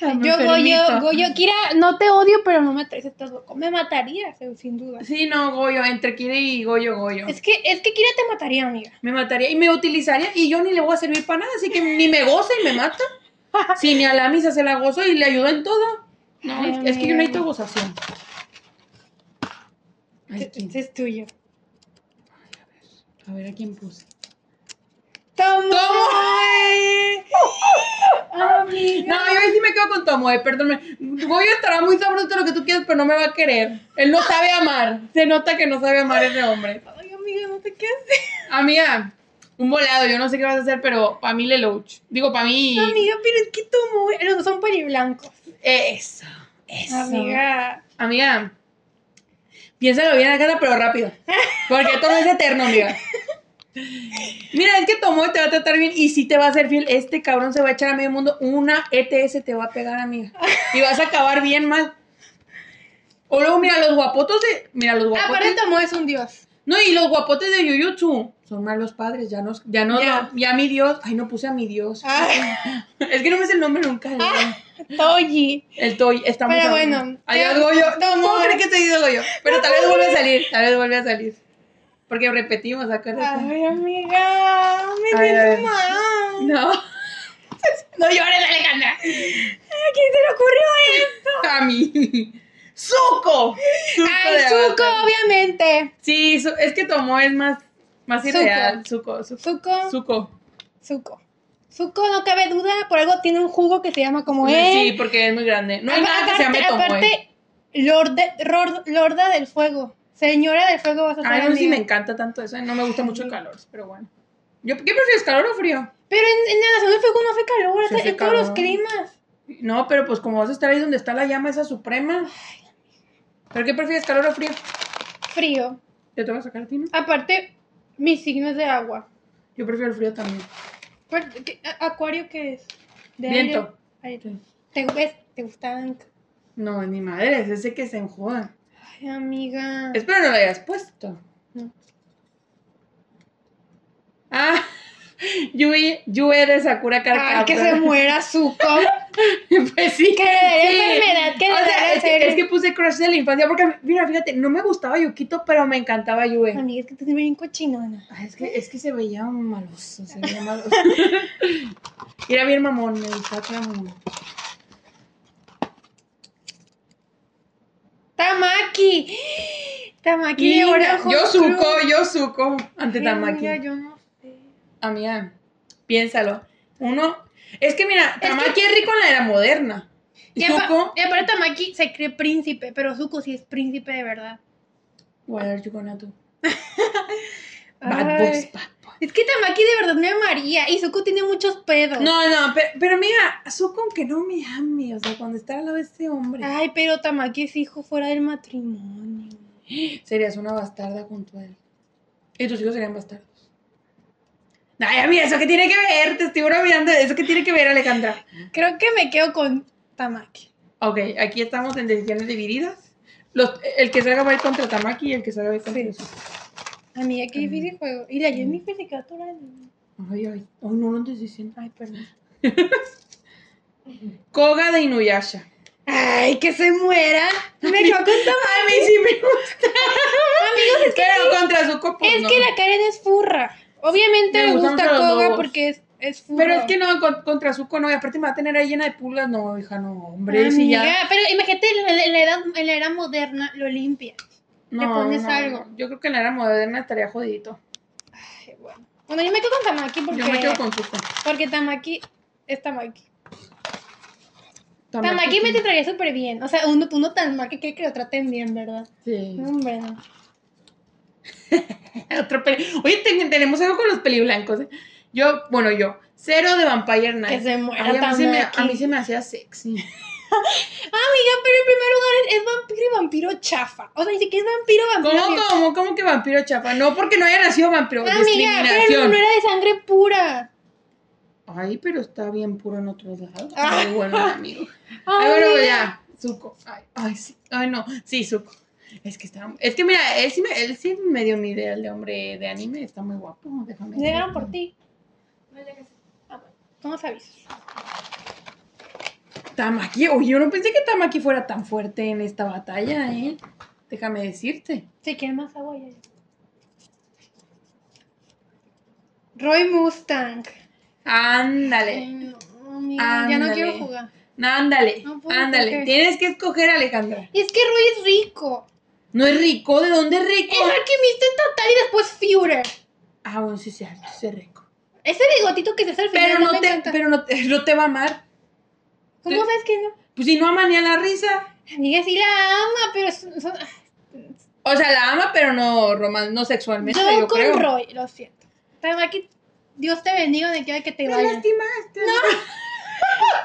[SPEAKER 2] Yo Goyo, Goyo. Kira, no te odio, pero no me traes estás loco. Me mataría, se- sin duda.
[SPEAKER 1] Sí, no, Goyo, entre Kira y Goyo, Goyo.
[SPEAKER 2] Es que, es que Kira te mataría, amiga.
[SPEAKER 1] Me mataría y me utilizaría y yo ni le voy a servir para nada, así que ni me goza y me mata. Si ni a la misa se la gozo y le ayudo en todo. No,
[SPEAKER 2] Ay,
[SPEAKER 1] es, es que
[SPEAKER 2] amiga.
[SPEAKER 1] yo necesito gozación. Ay, ¿quién?
[SPEAKER 2] Ese es tuyo.
[SPEAKER 1] A ver a quién puse.
[SPEAKER 2] Tomo.
[SPEAKER 1] ¡Tomoe! No,
[SPEAKER 2] Amiga.
[SPEAKER 1] yo ahí sí me quedo con Tomoe, perdóname. Goyo estará muy sabroso lo que tú quieras, pero no me va a querer. Él no sabe amar. Se nota que no sabe amar ese hombre.
[SPEAKER 2] Ay, amiga, no sé qué hacer.
[SPEAKER 1] Amiga, un volado, yo no sé qué vas a hacer, pero para mí Lelouch. Digo, para mí.
[SPEAKER 2] Amiga, pero es que Tomo. Los dos eh, son peliblancos.
[SPEAKER 1] Eso, eso.
[SPEAKER 2] Amiga.
[SPEAKER 1] Amiga, piénsalo bien, Agatha, pero rápido. Porque esto no es eterno, amiga. Mira, es que tomó y te va a tratar bien y si te va a hacer fiel. Este cabrón se va a echar a medio mundo. Una ETS te va a pegar, amiga. Y vas a acabar bien mal. O luego, mira, los guapotos de. Mira, los guapotes.
[SPEAKER 2] Ah, Aparte, Tomo es un dios.
[SPEAKER 1] No, y los guapotes de Jujutsu. Son malos padres, ya nos, ya no,
[SPEAKER 2] Ya. Ah.
[SPEAKER 1] ya, mi Dios. Ay, no puse a mi Dios. Es que no me sé el nombre nunca. el-
[SPEAKER 2] Toji.
[SPEAKER 1] El Toy, estamos.
[SPEAKER 2] Pero
[SPEAKER 1] a-
[SPEAKER 2] bueno,
[SPEAKER 1] Ahí
[SPEAKER 2] ya,
[SPEAKER 1] algo yo.
[SPEAKER 2] tomo.
[SPEAKER 1] ¿Cómo crees que te digo yo? Pero tal vez vuelve a salir, tal vez vuelve a salir. Porque repetimos, acuérdate.
[SPEAKER 2] Ay, amiga. Me
[SPEAKER 1] Ay, ay.
[SPEAKER 2] siento mal.
[SPEAKER 1] No. No llores, Alejandra. ¿A quién se le ocurrió esto? A mí. ¡Suco! ¡Suco!
[SPEAKER 2] Ay,
[SPEAKER 1] de
[SPEAKER 2] Zuko,
[SPEAKER 1] Avatar.
[SPEAKER 2] obviamente.
[SPEAKER 1] Sí, su- es que tomó es más, más
[SPEAKER 2] Zuko.
[SPEAKER 1] irreal. Suco, suco.
[SPEAKER 2] Zuko.
[SPEAKER 1] Suco.
[SPEAKER 2] Zuko. Zuko, no cabe duda, por algo tiene un jugo que se llama como
[SPEAKER 1] Sí,
[SPEAKER 2] él.
[SPEAKER 1] porque es muy grande. No hay nada que se llame eh.
[SPEAKER 2] Aparte-
[SPEAKER 1] Tomoe.
[SPEAKER 2] Aparte, Lorde- Ror- Lorda del Fuego. Señora del Fuego vas a ser.
[SPEAKER 1] Ay, no sé si
[SPEAKER 2] amiga.
[SPEAKER 1] me encanta tanto eso. eh. No me gusta mucho el calor, pero bueno. Yo, ¿Qué prefieres, calor o frío?
[SPEAKER 2] Pero en, en la Nación del Fuego no hace calor,
[SPEAKER 1] Sí
[SPEAKER 2] hace-
[SPEAKER 1] hace
[SPEAKER 2] en todos los
[SPEAKER 1] calor.
[SPEAKER 2] climas.
[SPEAKER 1] No, pero pues como vas a estar ahí donde está la llama esa suprema. ¿Pero qué prefieres, calor o frío?
[SPEAKER 2] Frío.
[SPEAKER 1] ¿Yo te voy a sacar a ti, no?
[SPEAKER 2] Aparte, mis signos de agua.
[SPEAKER 1] Yo prefiero el frío también.
[SPEAKER 2] Pero, ¿qué- a- ¿Acuario qué es? De
[SPEAKER 1] Viento.
[SPEAKER 2] aire. Aire. ¿Te, ves? ¿Te gustan?
[SPEAKER 1] No, ni madre, es ese que se enjoda.
[SPEAKER 2] Ay, amiga.
[SPEAKER 1] Espero no lo hayas puesto.
[SPEAKER 2] No.
[SPEAKER 1] Ah, Yui, Yue de Sakura Carcaptor.
[SPEAKER 2] Ay, que se muera Zuko.
[SPEAKER 1] pues sí.
[SPEAKER 2] Que le dé
[SPEAKER 1] sí.
[SPEAKER 2] enfermedad, que le
[SPEAKER 1] O
[SPEAKER 2] dé
[SPEAKER 1] sea, es,
[SPEAKER 2] hacer-
[SPEAKER 1] que, es que puse crush de la infancia porque, mira, fíjate, no me gustaba Yukito, pero me encantaba Yue.
[SPEAKER 2] Amiga, es que tú eres bien cochinona.
[SPEAKER 1] Ay, es, que, es que se veía maloso, se veía maloso. Y era bien mamón, me gustaba que era mamón.
[SPEAKER 2] Tamaki. Tamaki
[SPEAKER 1] Y
[SPEAKER 2] de ahora
[SPEAKER 1] yo suco, yo suco ante Tamaki.
[SPEAKER 2] yo no sé.
[SPEAKER 1] Amiga, piénsalo. Uno, es que mira, Tamaki es rico en la era moderna. Y
[SPEAKER 2] Y, apa-
[SPEAKER 1] suco,
[SPEAKER 2] y aparte Tamaki se cree príncipe, pero Zuko sí es príncipe de verdad.
[SPEAKER 1] what are you gonna do?
[SPEAKER 2] Ay.
[SPEAKER 1] Bad boys, bad boys.
[SPEAKER 2] Es que Tamaki de verdad me amaría y Zuko tiene muchos pedos.
[SPEAKER 1] No, no, pero, pero mira, suco aunque no me ame, o sea, cuando estar al lado de este hombre,
[SPEAKER 2] Ay, pero Tamaki es hijo fuera del matrimonio.
[SPEAKER 1] serías una bastarda junto a él. Y tus hijos serían bastardos. Ay, amiga, ¿eso qué tiene que ver? Te estoy bromeando, ¿eso qué tiene que ver, Alejandra?
[SPEAKER 2] Creo que me quedo con Tamaki.
[SPEAKER 1] Ok, aquí estamos en decisiones divididas. Los- el que salga va a ir contra Tamaki y el que salga va a ir contra
[SPEAKER 2] Sí.
[SPEAKER 1] Zuko.
[SPEAKER 2] Amiga, qué difícil juego. Y la Jennifer se quedó atorada.
[SPEAKER 1] Ay, ay, ay, no lo andes diciendo.
[SPEAKER 2] Ay, perdón.
[SPEAKER 1] Koga de Inuyasha.
[SPEAKER 2] Ay, que se muera. Me quedo con Tamaki.
[SPEAKER 1] A mí sí me gusta.
[SPEAKER 2] Amigos, es que
[SPEAKER 1] Pero contra pues, su copo.
[SPEAKER 2] Es que la Karen es furra. Obviamente
[SPEAKER 1] Me
[SPEAKER 2] me
[SPEAKER 1] gustan
[SPEAKER 2] gusta
[SPEAKER 1] los
[SPEAKER 2] Koga
[SPEAKER 1] lobos.
[SPEAKER 2] porque es, es furra.
[SPEAKER 1] Pero es que no, con- contra su no, y aparte me va a tener ahí llena de pulgas. No, hija, no, hombre, si
[SPEAKER 2] Amiga,
[SPEAKER 1] ya.
[SPEAKER 2] pero imagínate en la, en la edad, en la era moderna lo limpia.
[SPEAKER 1] No,
[SPEAKER 2] le pones
[SPEAKER 1] no,
[SPEAKER 2] algo.
[SPEAKER 1] Yo creo que en la era moderna estaría jodidito.
[SPEAKER 2] Ay, bueno. Bueno, yo me quedo con Tamaki porque,
[SPEAKER 1] Yo me quedo con Zuko.
[SPEAKER 2] porque Tamaki es Tamaki.
[SPEAKER 1] Tamaki,
[SPEAKER 2] Tamaki me
[SPEAKER 1] sí.
[SPEAKER 2] trataría súper bien. O sea, uno, uno tan mal que quiere que lo traten bien, ¿verdad?
[SPEAKER 1] Sí.
[SPEAKER 2] No, hombre, no.
[SPEAKER 1] Otro peli- Oye, ten- tenemos algo con los peliblancos. ¿eh? Yo, bueno, yo. Cero de Vampire Night.
[SPEAKER 2] Que se muera
[SPEAKER 1] Ay, a, mí se me,
[SPEAKER 2] Tamaki. Ah,
[SPEAKER 1] a mí se me hacía sexy.
[SPEAKER 2] Amiga, pero en primer lugar es, es vampiro y vampiro chafa. O sea, ni siquiera es vampiro, vampiro.
[SPEAKER 1] ¿Cómo,
[SPEAKER 2] bien-
[SPEAKER 1] cómo, cómo que vampiro chapa? No porque no haya nacido vampiro.
[SPEAKER 2] Amiga, pero
[SPEAKER 1] discriminación.
[SPEAKER 2] no, no era de sangre pura.
[SPEAKER 1] Ay, pero está bien puro en otros lados.
[SPEAKER 2] Ah.
[SPEAKER 1] Ay, bueno, amigo. Ay, Ah, bueno, pues
[SPEAKER 2] Amiga.
[SPEAKER 1] ya. Zuko. Ay, ay, sí. Ay, no. Sí, Zuko. Es que está. Es que mira, él sí, me, él sí me dio mi ideal de hombre de anime. Está muy guapo. Déjame.
[SPEAKER 2] Llegaron por ti. Ah, bueno. ¿Cómo sabes?
[SPEAKER 1] Tamaki. Oye, yo no pensé que Tamaki fuera tan fuerte en esta batalla, ¿eh? Déjame decirte.
[SPEAKER 2] Si quieren más agua, ya. ya. Roy Mustang.
[SPEAKER 1] Ándale.
[SPEAKER 2] Ay, no, amiga, ya no
[SPEAKER 1] Ándale.
[SPEAKER 2] quiero jugar.
[SPEAKER 1] Ándale.
[SPEAKER 2] No puedo,
[SPEAKER 1] Ándale.
[SPEAKER 2] ¿por qué?
[SPEAKER 1] Tienes que escoger, Alejandra.
[SPEAKER 2] Es que Roy es rico.
[SPEAKER 1] ¿No es rico? ¿De dónde es rico?
[SPEAKER 2] Es alquimista estatal y después Führer.
[SPEAKER 1] Ah, bueno, sí, sí, sí, es rico.
[SPEAKER 2] Ese bigotito que se hace al final
[SPEAKER 1] Pero
[SPEAKER 2] no,
[SPEAKER 1] no
[SPEAKER 2] me
[SPEAKER 1] te,
[SPEAKER 2] encanta.
[SPEAKER 1] pero no te, no te va a amar.
[SPEAKER 2] ¿Cómo sabes que no?
[SPEAKER 1] Pues si no ama ni a la risa.
[SPEAKER 2] Amiga, sí la ama, pero son- son-
[SPEAKER 1] O sea, la ama, pero no roman, no sexualmente,
[SPEAKER 2] yo,
[SPEAKER 1] yo,
[SPEAKER 2] con
[SPEAKER 1] creo.
[SPEAKER 2] Roy, lo siento. Tamaki, Dios te bendiga donde quiera que te
[SPEAKER 1] Me
[SPEAKER 2] vayas.
[SPEAKER 1] lastimaste. No.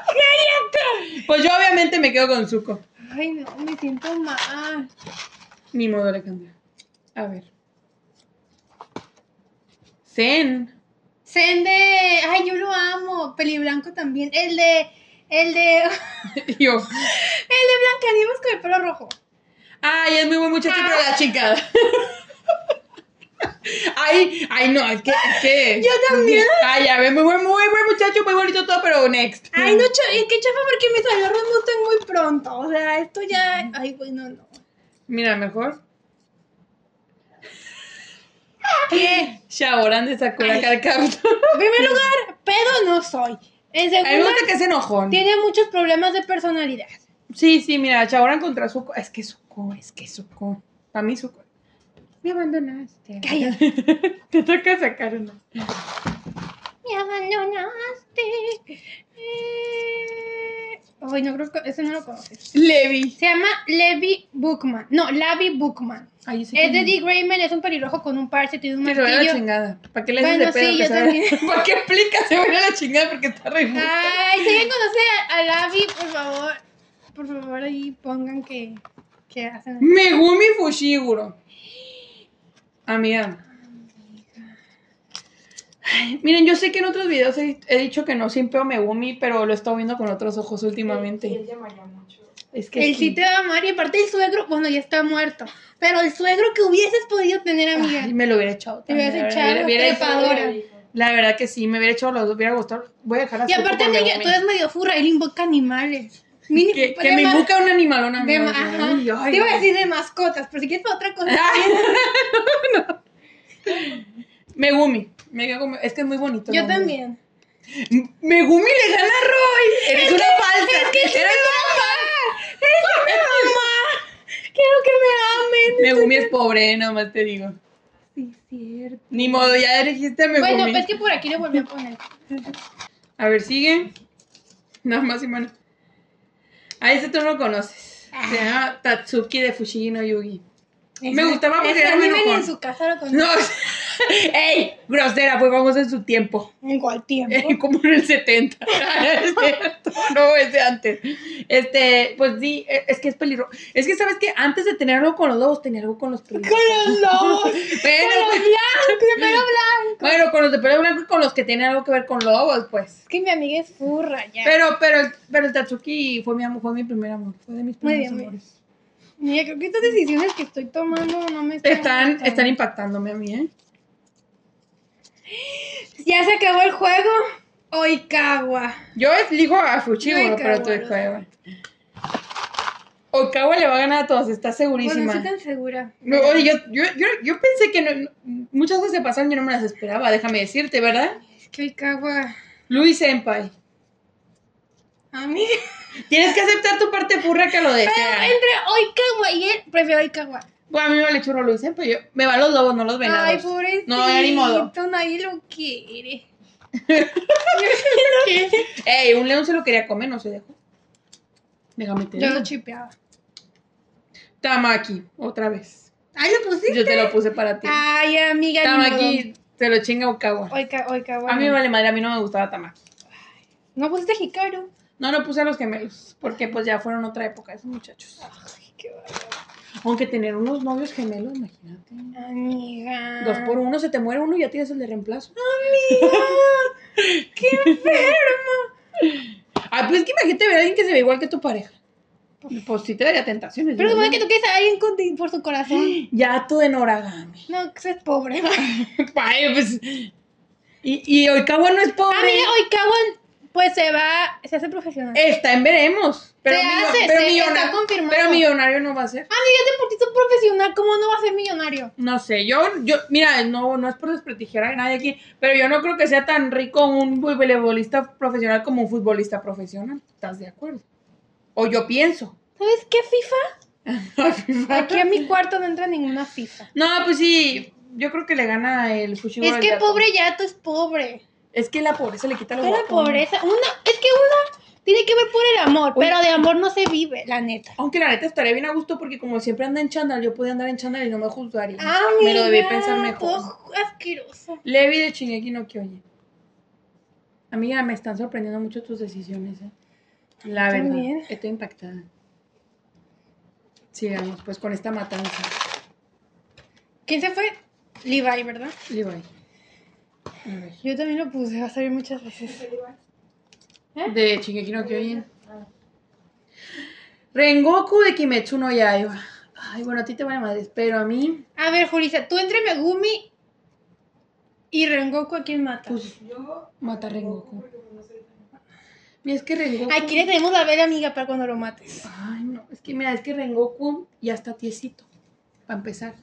[SPEAKER 2] ¡Cállate!
[SPEAKER 1] Pues yo obviamente me quedo con Zuko.
[SPEAKER 2] Ay, no, me siento mal.
[SPEAKER 1] Ni modo, Alejandra. A ver. Zen.
[SPEAKER 2] Zen de. Ay, yo lo amo. Peliblanco también. El de. El de. El de
[SPEAKER 1] Yo.
[SPEAKER 2] Blancanieves con el pelo rojo.
[SPEAKER 1] Ay, es muy buen muchacho, pero la chica. Ay, ay, no, es que, es que.
[SPEAKER 2] Yo también.
[SPEAKER 1] Ay, ya ve, muy buen, muy buen muchacho, muy bonito todo, pero next.
[SPEAKER 2] Ay, no, cha- es que chafa porque mis ahorros no están muy pronto. O sea, esto ya. Ay, güey, no, no.
[SPEAKER 1] Mira, mejor. ¿Qué? Shaoran de Sakura
[SPEAKER 2] Ay.
[SPEAKER 1] Card Captor.
[SPEAKER 2] En primer lugar, pedo no soy. En
[SPEAKER 1] A mí me
[SPEAKER 2] segundo,
[SPEAKER 1] gusta que es enojón.
[SPEAKER 2] tiene muchos problemas de personalidad.
[SPEAKER 1] Sí, sí, mira, Shaoran contra Zuko. Es que Zuko, es que Zuko. Para mí Zuko. Me abandonaste.
[SPEAKER 2] Cállate.
[SPEAKER 1] Te toca sacar una.
[SPEAKER 2] Me abandonaste. Eh, Ay, no creo que. Ese no lo conoces.
[SPEAKER 1] Levi.
[SPEAKER 2] Se llama Levi Bookman. No, Lavi Bookman.
[SPEAKER 1] Ay, sí.
[SPEAKER 2] Es de Dick Grayman, es un pelirrojo con un parche, tiene un
[SPEAKER 1] Que se vaya a la
[SPEAKER 2] martillo.
[SPEAKER 1] chingada. ¿Para qué le
[SPEAKER 2] Bueno,
[SPEAKER 1] haces de pedo?
[SPEAKER 2] sí,
[SPEAKER 1] que
[SPEAKER 2] yo
[SPEAKER 1] se vaya-
[SPEAKER 2] también. Ah.
[SPEAKER 1] ¿Para qué explica? Se va a ir a la chingada porque está re puta.
[SPEAKER 2] Ay, si alguien conoce a, a Lavi, por favor, por favor ahí pongan que, que hacen.
[SPEAKER 1] Megumi Fushiguro. Amiga. Ay, miren, yo sé que en otros videos he, he dicho que no siempre a Megumi, pero lo he estado viendo con otros ojos
[SPEAKER 3] Sí, él
[SPEAKER 1] últimamente.
[SPEAKER 3] se mareó mucho.
[SPEAKER 1] Es que
[SPEAKER 2] El sí te va a amar y aparte el suegro, bueno, ya está muerto, pero el suegro que hubieses podido tener, amiga.
[SPEAKER 1] Ay, me lo hubiera echado.
[SPEAKER 2] Te hubieras
[SPEAKER 1] también, la
[SPEAKER 2] echado,
[SPEAKER 1] verdad, hubiera- hubiera-
[SPEAKER 2] trepadora.
[SPEAKER 3] Ahora dijo.
[SPEAKER 1] La verdad que sí, me hubiera echado los dos, hubiera gustado. Voy a dejar a
[SPEAKER 2] y
[SPEAKER 1] Zuko
[SPEAKER 2] aparte,
[SPEAKER 1] por
[SPEAKER 2] amiga,
[SPEAKER 1] Megumi.
[SPEAKER 2] tú eres medio furra, él invoca animales. Mini- pues,
[SPEAKER 1] que, que
[SPEAKER 2] de
[SPEAKER 1] me
[SPEAKER 2] ma-
[SPEAKER 1] invoca un animalón,
[SPEAKER 2] de
[SPEAKER 1] amiga.
[SPEAKER 2] ma- ajá.
[SPEAKER 1] Ay, ay,
[SPEAKER 2] Te iba a
[SPEAKER 1] ay.
[SPEAKER 2] decir de mascotas, pero si quieres para otra cosa.
[SPEAKER 1] Megumi. Me quedo con- Es que es muy bonito.
[SPEAKER 2] yo
[SPEAKER 1] el nombre.
[SPEAKER 2] también.
[SPEAKER 1] Megumi le gana a Roy. Eres una falsa. Eres una falsa. Eres
[SPEAKER 2] Quiero que
[SPEAKER 1] una- Megumi es pobre, nomás te digo.
[SPEAKER 2] Sí, cierto.
[SPEAKER 1] Ni modo, ya elegiste a Megumi.
[SPEAKER 2] Bueno, pues es que por aquí le volví a poner.
[SPEAKER 1] A ver, sigue. Nada más y menos. A ese tú no conoces.
[SPEAKER 2] Ah.
[SPEAKER 1] Se llama Tatsuki de Fushigi no Yugi. Me gustaba porque
[SPEAKER 2] Ese
[SPEAKER 1] era muy
[SPEAKER 2] anime ni en
[SPEAKER 1] enojón.
[SPEAKER 2] su casa lo conocí.
[SPEAKER 1] No. ¡Ey! Grosera, fue famosa en su tiempo.
[SPEAKER 2] ¿En cuál tiempo?
[SPEAKER 1] Eh, como en el 70. Este, no, es de antes. Este, pues sí, eh, es que es pelirrojo. Es que, ¿sabes qué? Antes de tener algo con los lobos, tenía algo con los
[SPEAKER 2] Con
[SPEAKER 1] pelirrojos.
[SPEAKER 2] los lobos.
[SPEAKER 1] Bueno, pues,
[SPEAKER 2] con los blancos, de pelo blanco.
[SPEAKER 1] bueno, con los de pelo blanco y con los que tienen algo que ver con lobos, pues.
[SPEAKER 2] Es que mi amiga es furra ya.
[SPEAKER 1] Pero, pero, el- pero el Tatsuki fue mi amor, fue mi primer amor. Fue de mis
[SPEAKER 2] Muy
[SPEAKER 1] primeros
[SPEAKER 2] bien, muy
[SPEAKER 1] amores.
[SPEAKER 2] Mira, creo que estas decisiones que estoy tomando no me están.
[SPEAKER 1] Están,
[SPEAKER 2] gustando.
[SPEAKER 1] están impactándome a mí, ¿eh?
[SPEAKER 2] Ya se acabó el juego. Oikawa.
[SPEAKER 1] Yo elijo a Fuchiguro,
[SPEAKER 2] Yo
[SPEAKER 1] pero tú
[SPEAKER 2] Ikawa,
[SPEAKER 1] Ikawa. Okawa le va a ganar a todos, está segurísima.
[SPEAKER 2] Bueno, no estoy tan segura.
[SPEAKER 1] No, oye, yo, yo, yo, yo pensé que no- no- muchas cosas se pasaron y yo no me las esperaba, déjame decirte, ¿verdad?
[SPEAKER 2] Es que Oikawa.
[SPEAKER 1] Luis Senpai,
[SPEAKER 2] A mí.
[SPEAKER 1] tienes que aceptar tu parte furra que lo desea.
[SPEAKER 2] Entre Oikawa y él, prefiero Oikawa.
[SPEAKER 1] Bueno, a mí me vale churro Luis Senpai, yo- me van los lobos, no los venados.
[SPEAKER 2] Ay, pues. pobrecito.
[SPEAKER 1] No, ya ni modo.
[SPEAKER 2] Nadie lo quiere.
[SPEAKER 1] Ey, un león se lo quería comer, no se dejó. Déjame te
[SPEAKER 2] Yo
[SPEAKER 1] digo.
[SPEAKER 2] lo chipeaba.
[SPEAKER 1] Tamaki, otra vez.
[SPEAKER 2] Ay, lo pusiste. Ah,
[SPEAKER 1] Yo te lo puse para ti.
[SPEAKER 2] Ay, amiga. ni modo.
[SPEAKER 1] Tamaki, te lo chinga Okawa.
[SPEAKER 2] Oika, Oikawa.
[SPEAKER 1] A mí me
[SPEAKER 2] no.
[SPEAKER 1] vale madre, a mí no me gustaba Tamaki.
[SPEAKER 2] No pues pusiste Hikaru.
[SPEAKER 1] No, no puse a los gemelos, porque pues ya fueron otra época esos muchachos.
[SPEAKER 2] Ay, qué
[SPEAKER 1] Aunque tener unos novios gemelos, imagínate.
[SPEAKER 2] Ah. Amiga.
[SPEAKER 1] Dos por uno, se te muere uno y ya tienes el de reemplazo.
[SPEAKER 2] ¡Ah, ¡Qué enfermo!
[SPEAKER 1] Ah, pues es que imagínate ver a alguien que se ve igual que tu pareja. Pues sí te daría tentaciones.
[SPEAKER 2] Pero
[SPEAKER 1] ¿no?
[SPEAKER 2] supone que tú quieres a alguien con, por su corazón.
[SPEAKER 1] Ya tú de Noragami.
[SPEAKER 2] No, que seas pobre.
[SPEAKER 1] Ay, pues. Y, y Oikawa no es pobre.
[SPEAKER 2] Amiga, Oikawa pues se va, se hace profesional.
[SPEAKER 1] Está en veremos. Pero,
[SPEAKER 2] Se
[SPEAKER 1] millo-
[SPEAKER 2] hace,
[SPEAKER 1] pero
[SPEAKER 2] se- está
[SPEAKER 1] millonario-
[SPEAKER 2] confirmado.
[SPEAKER 1] pero millonario no va a ser.
[SPEAKER 2] Amiga, es deportista profesional, ¿cómo no va a ser millonario?
[SPEAKER 1] No sé, yo, yo, mira, no, no es por desprestigiar a nadie aquí, pero yo no creo que sea tan rico un voleibolista profesional como un futbolista profesional. ¿Estás de acuerdo? O yo pienso.
[SPEAKER 2] ¿Sabes qué FIFA?
[SPEAKER 1] Ah,
[SPEAKER 2] Aquí a mi cuarto no entra ninguna FIFA.
[SPEAKER 1] No, pues sí, yo creo que le gana el Fushiguro.
[SPEAKER 2] Es
[SPEAKER 1] al
[SPEAKER 2] que
[SPEAKER 1] gato.
[SPEAKER 2] pobre Yato es pobre.
[SPEAKER 1] Es que la pobreza le quita lo
[SPEAKER 2] Pero
[SPEAKER 1] guapo.
[SPEAKER 2] la pobreza, una, es que una tiene que ver por el amor,
[SPEAKER 1] Oye.
[SPEAKER 2] pero de amor no se vive, la neta.
[SPEAKER 1] Aunque la neta estaría bien a gusto porque como siempre anda en chándal, yo podía andar en chándal y no me juzgaría.
[SPEAKER 2] Amiga,
[SPEAKER 1] me lo debí pensar mejor.
[SPEAKER 2] todo asqueroso.
[SPEAKER 1] Levi de Chingeki no Kyojin. Amiga, me están sorprendiendo mucho tus decisiones, ¿eh? La verdad,
[SPEAKER 2] También.
[SPEAKER 1] estoy impactada. Sigamos, pues con esta matanza.
[SPEAKER 2] ¿Quién se fue? Levi, ¿verdad?
[SPEAKER 1] Levi. A ver.
[SPEAKER 2] Yo también lo puse, va a salir muchas veces.
[SPEAKER 1] De Shingeki no Kyojin. Rengoku de Kimetsu no Yaiba. Ay, bueno, a ti te vale madres, pero a mí,
[SPEAKER 2] A ver, Julissa, tú entre Megumi y Rengoku, ¿a quién mata?
[SPEAKER 1] pues, mata a Rengoku. Mira, es que Rengoku...
[SPEAKER 2] Aquí le tenemos la vela, amiga, para cuando lo mates.
[SPEAKER 1] Ay, no, es que mira, es que Rengoku ya está tiesito, para empezar.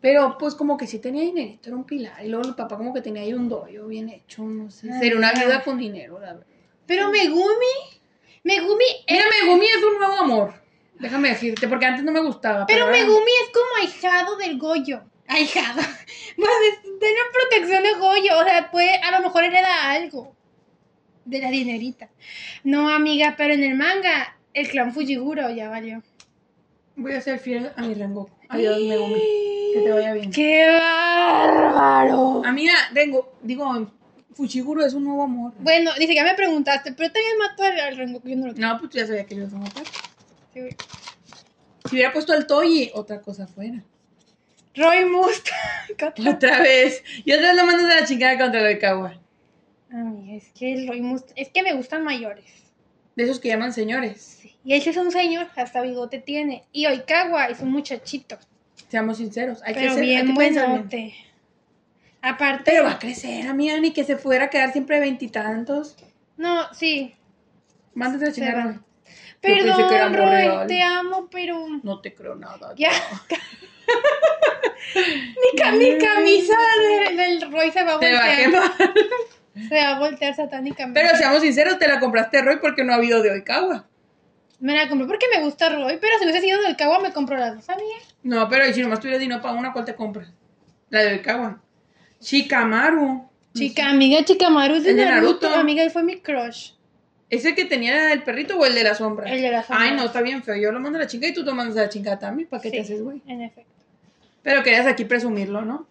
[SPEAKER 1] Pero pues como que sí tenía dinerito, era un pilar. Y luego el papá como que tenía ahí un doyo bien hecho, no sé.
[SPEAKER 2] Ay,
[SPEAKER 1] Sería una
[SPEAKER 2] mira.
[SPEAKER 1] viuda con dinero, la verdad.
[SPEAKER 2] Pero Megumi, Megumi, es-
[SPEAKER 1] Mira, Megumi es un nuevo amor. Déjame decirte, porque antes no me gustaba.
[SPEAKER 2] pero
[SPEAKER 1] ahora-
[SPEAKER 2] Megumi es como ahijado del Goyo. Ahijado. Pues es- tiene protección de Goyo, o sea, puede, a lo mejor hereda algo de la dinerita. No, amiga, pero en el manga, el clan Fujiguro ya valió.
[SPEAKER 1] Voy a ser fiel a mi Rengoku. Adiós, Megumi. Que te vaya bien.
[SPEAKER 2] ¡Qué bárbaro!
[SPEAKER 1] Ah, mira, Rengo, digo, Fuchiguro es un nuevo amor.
[SPEAKER 2] Bueno, dice ya me preguntaste, pero también mató al, al Rengoku, yo no lo
[SPEAKER 1] No, pues ya sabía que lo ibas a matar.
[SPEAKER 2] sé.
[SPEAKER 1] Si hubiera puesto al Toyi, otra cosa fuera.
[SPEAKER 2] Roy Mustang.
[SPEAKER 1] Otra vez. Y otra vez lo mandas a la chingada contra lo de Kawa.
[SPEAKER 2] Amiga, es que el Roy Mustang, es que me gustan mayores.
[SPEAKER 1] De esos que llaman señores.
[SPEAKER 2] Sí. Y ese es un señor, hasta bigote tiene. Y Oikawa es un muchachito,
[SPEAKER 1] Seamos sinceros. Hay
[SPEAKER 2] pero
[SPEAKER 1] que ser, hay
[SPEAKER 2] bien
[SPEAKER 1] que pensar bien.
[SPEAKER 2] buenote. Aparte,
[SPEAKER 1] Pero va a crecer, amiga, ni que se fuera a quedar siempre veintitantos.
[SPEAKER 2] no, sí.
[SPEAKER 1] Mándate a chingar.
[SPEAKER 2] va.
[SPEAKER 1] Roy. pensé
[SPEAKER 2] Perdón,
[SPEAKER 1] que era amor
[SPEAKER 2] Roy,
[SPEAKER 1] real.
[SPEAKER 2] te amo, pero
[SPEAKER 1] No te creo nada.
[SPEAKER 2] ya. mi, ca- mi camisa del, del Roy se va a
[SPEAKER 1] Te va a
[SPEAKER 2] voltear.
[SPEAKER 1] quemar.
[SPEAKER 2] se va a voltear satánicamente.
[SPEAKER 1] Pero seamos sinceros, te la compraste Roy porque no ha habido de Oikawa.
[SPEAKER 2] Me la compré porque me gusta Roy, pero si hubiese sido del Cagua me compró las dos, amiga.
[SPEAKER 1] No, pero ¿y si nomás tuvieras dinero para una, ¿cuál te compras? La de Oikawa. Shikamaru.
[SPEAKER 2] Chica, amiga, chica Maru es de
[SPEAKER 1] El de
[SPEAKER 2] Naruto.
[SPEAKER 1] Naruto.
[SPEAKER 2] Amiga, él fue mi crush.
[SPEAKER 1] ¿Es el que tenía el perrito o el de la sombra?
[SPEAKER 2] El de la sombra.
[SPEAKER 1] Ay, no, está bien feo. Yo lo mando a la chinga y tú te mandas a la chinga también. ¿Para qué te
[SPEAKER 2] Sí.
[SPEAKER 1] haces, güey?
[SPEAKER 2] En efecto.
[SPEAKER 1] Pero querías aquí presumirlo, ¿no?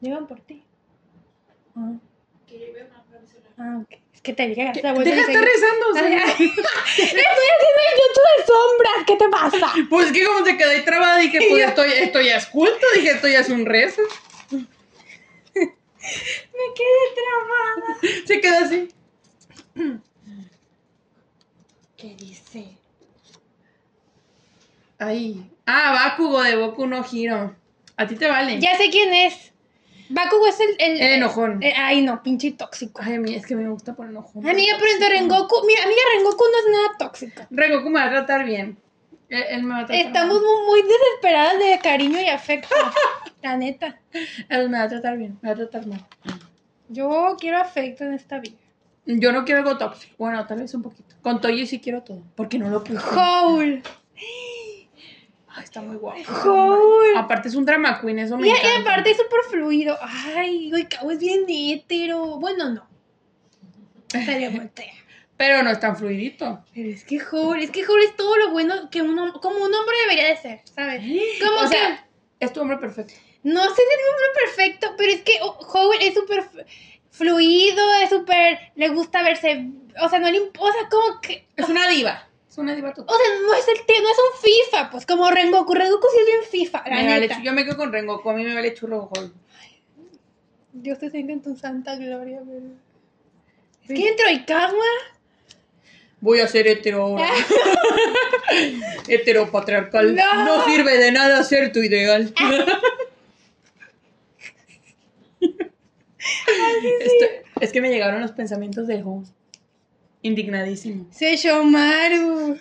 [SPEAKER 2] Llevan por ti.
[SPEAKER 1] Ah.
[SPEAKER 2] Ah, ok. Es que te dije que la
[SPEAKER 1] Deja
[SPEAKER 2] vuelta
[SPEAKER 1] de estar rezando. o sea.
[SPEAKER 2] Estoy haciendo el YouTube de sombras. ¿Qué te pasa?
[SPEAKER 1] Pues es que como se quedó ahí trabada, dije,
[SPEAKER 2] Y
[SPEAKER 1] pues
[SPEAKER 2] yo-
[SPEAKER 1] estoy, estoy ya es culto. Dije, esto ya es un rezo.
[SPEAKER 2] Me quedé tramada.
[SPEAKER 1] Se quedó así.
[SPEAKER 2] ¿Qué dice?
[SPEAKER 1] Ay. Ah, Bakugo de Boku no Hiro. A ti te vale.
[SPEAKER 2] Ya sé quién es. Bakugo es el. el-
[SPEAKER 1] El enojón.
[SPEAKER 2] eh, ay, no, pinche tóxico.
[SPEAKER 1] Ay, a mí es que me gusta por enojón.
[SPEAKER 2] Amiga, pero el de Rengoku. Mira, amiga, Rengoku no es nada tóxico.
[SPEAKER 1] Rengoku me va a tratar bien. Él, él me va a tratar
[SPEAKER 2] Estamos
[SPEAKER 1] mal.
[SPEAKER 2] muy, muy desesperadas de cariño y afecto. la neta.
[SPEAKER 1] Él me va a tratar bien, me va a tratar mal.
[SPEAKER 2] Yo quiero afecto en esta vida.
[SPEAKER 1] Yo no quiero algo tóxico. Bueno, tal vez un poquito. Con Toyo sí quiero todo. Porque no lo puse.
[SPEAKER 2] Howl.
[SPEAKER 1] Ay, está muy guapo.
[SPEAKER 2] Howl.
[SPEAKER 1] Aparte es un drama queen, eso me
[SPEAKER 2] Y, y
[SPEAKER 1] encanta.
[SPEAKER 2] aparte es súper fluido. Ay, güey, cabo es bien hétero. Bueno, no. Se le voltea.
[SPEAKER 1] Pero no es tan fluidito.
[SPEAKER 2] Pero es que Howl, es que Howl es todo lo bueno que un hom- como un hombre debería de ser, ¿sabes? Como
[SPEAKER 1] o
[SPEAKER 2] que,
[SPEAKER 1] sea, es tu hombre perfecto.
[SPEAKER 2] no sé si es un hombre perfecto, pero es que oh, Howl es súper f- fluido, es súper, le gusta verse, o sea, no le importa, o sea, como que,
[SPEAKER 1] Es una diva. Es una diva
[SPEAKER 2] o
[SPEAKER 1] total.
[SPEAKER 2] sea, no es el tío, no es un FIFA, pues, como Rengoku, Rengoku sí es bien FIFA, Oh, la
[SPEAKER 1] Me vale
[SPEAKER 2] neta.
[SPEAKER 1] chu- yo me quedo con Rengoku, a mí me vale churro Goku.
[SPEAKER 2] Dios te tenga en tu santa gloria, pero... Es que dentro de Kagma
[SPEAKER 1] Voy a ser hetero ahora. Heteropatriarcal.
[SPEAKER 2] No.
[SPEAKER 1] No. sirve de nada ser tu ideal. Estoy- es que me llegaron los pensamientos del host. Indignadísimo.
[SPEAKER 2] Seishomaru.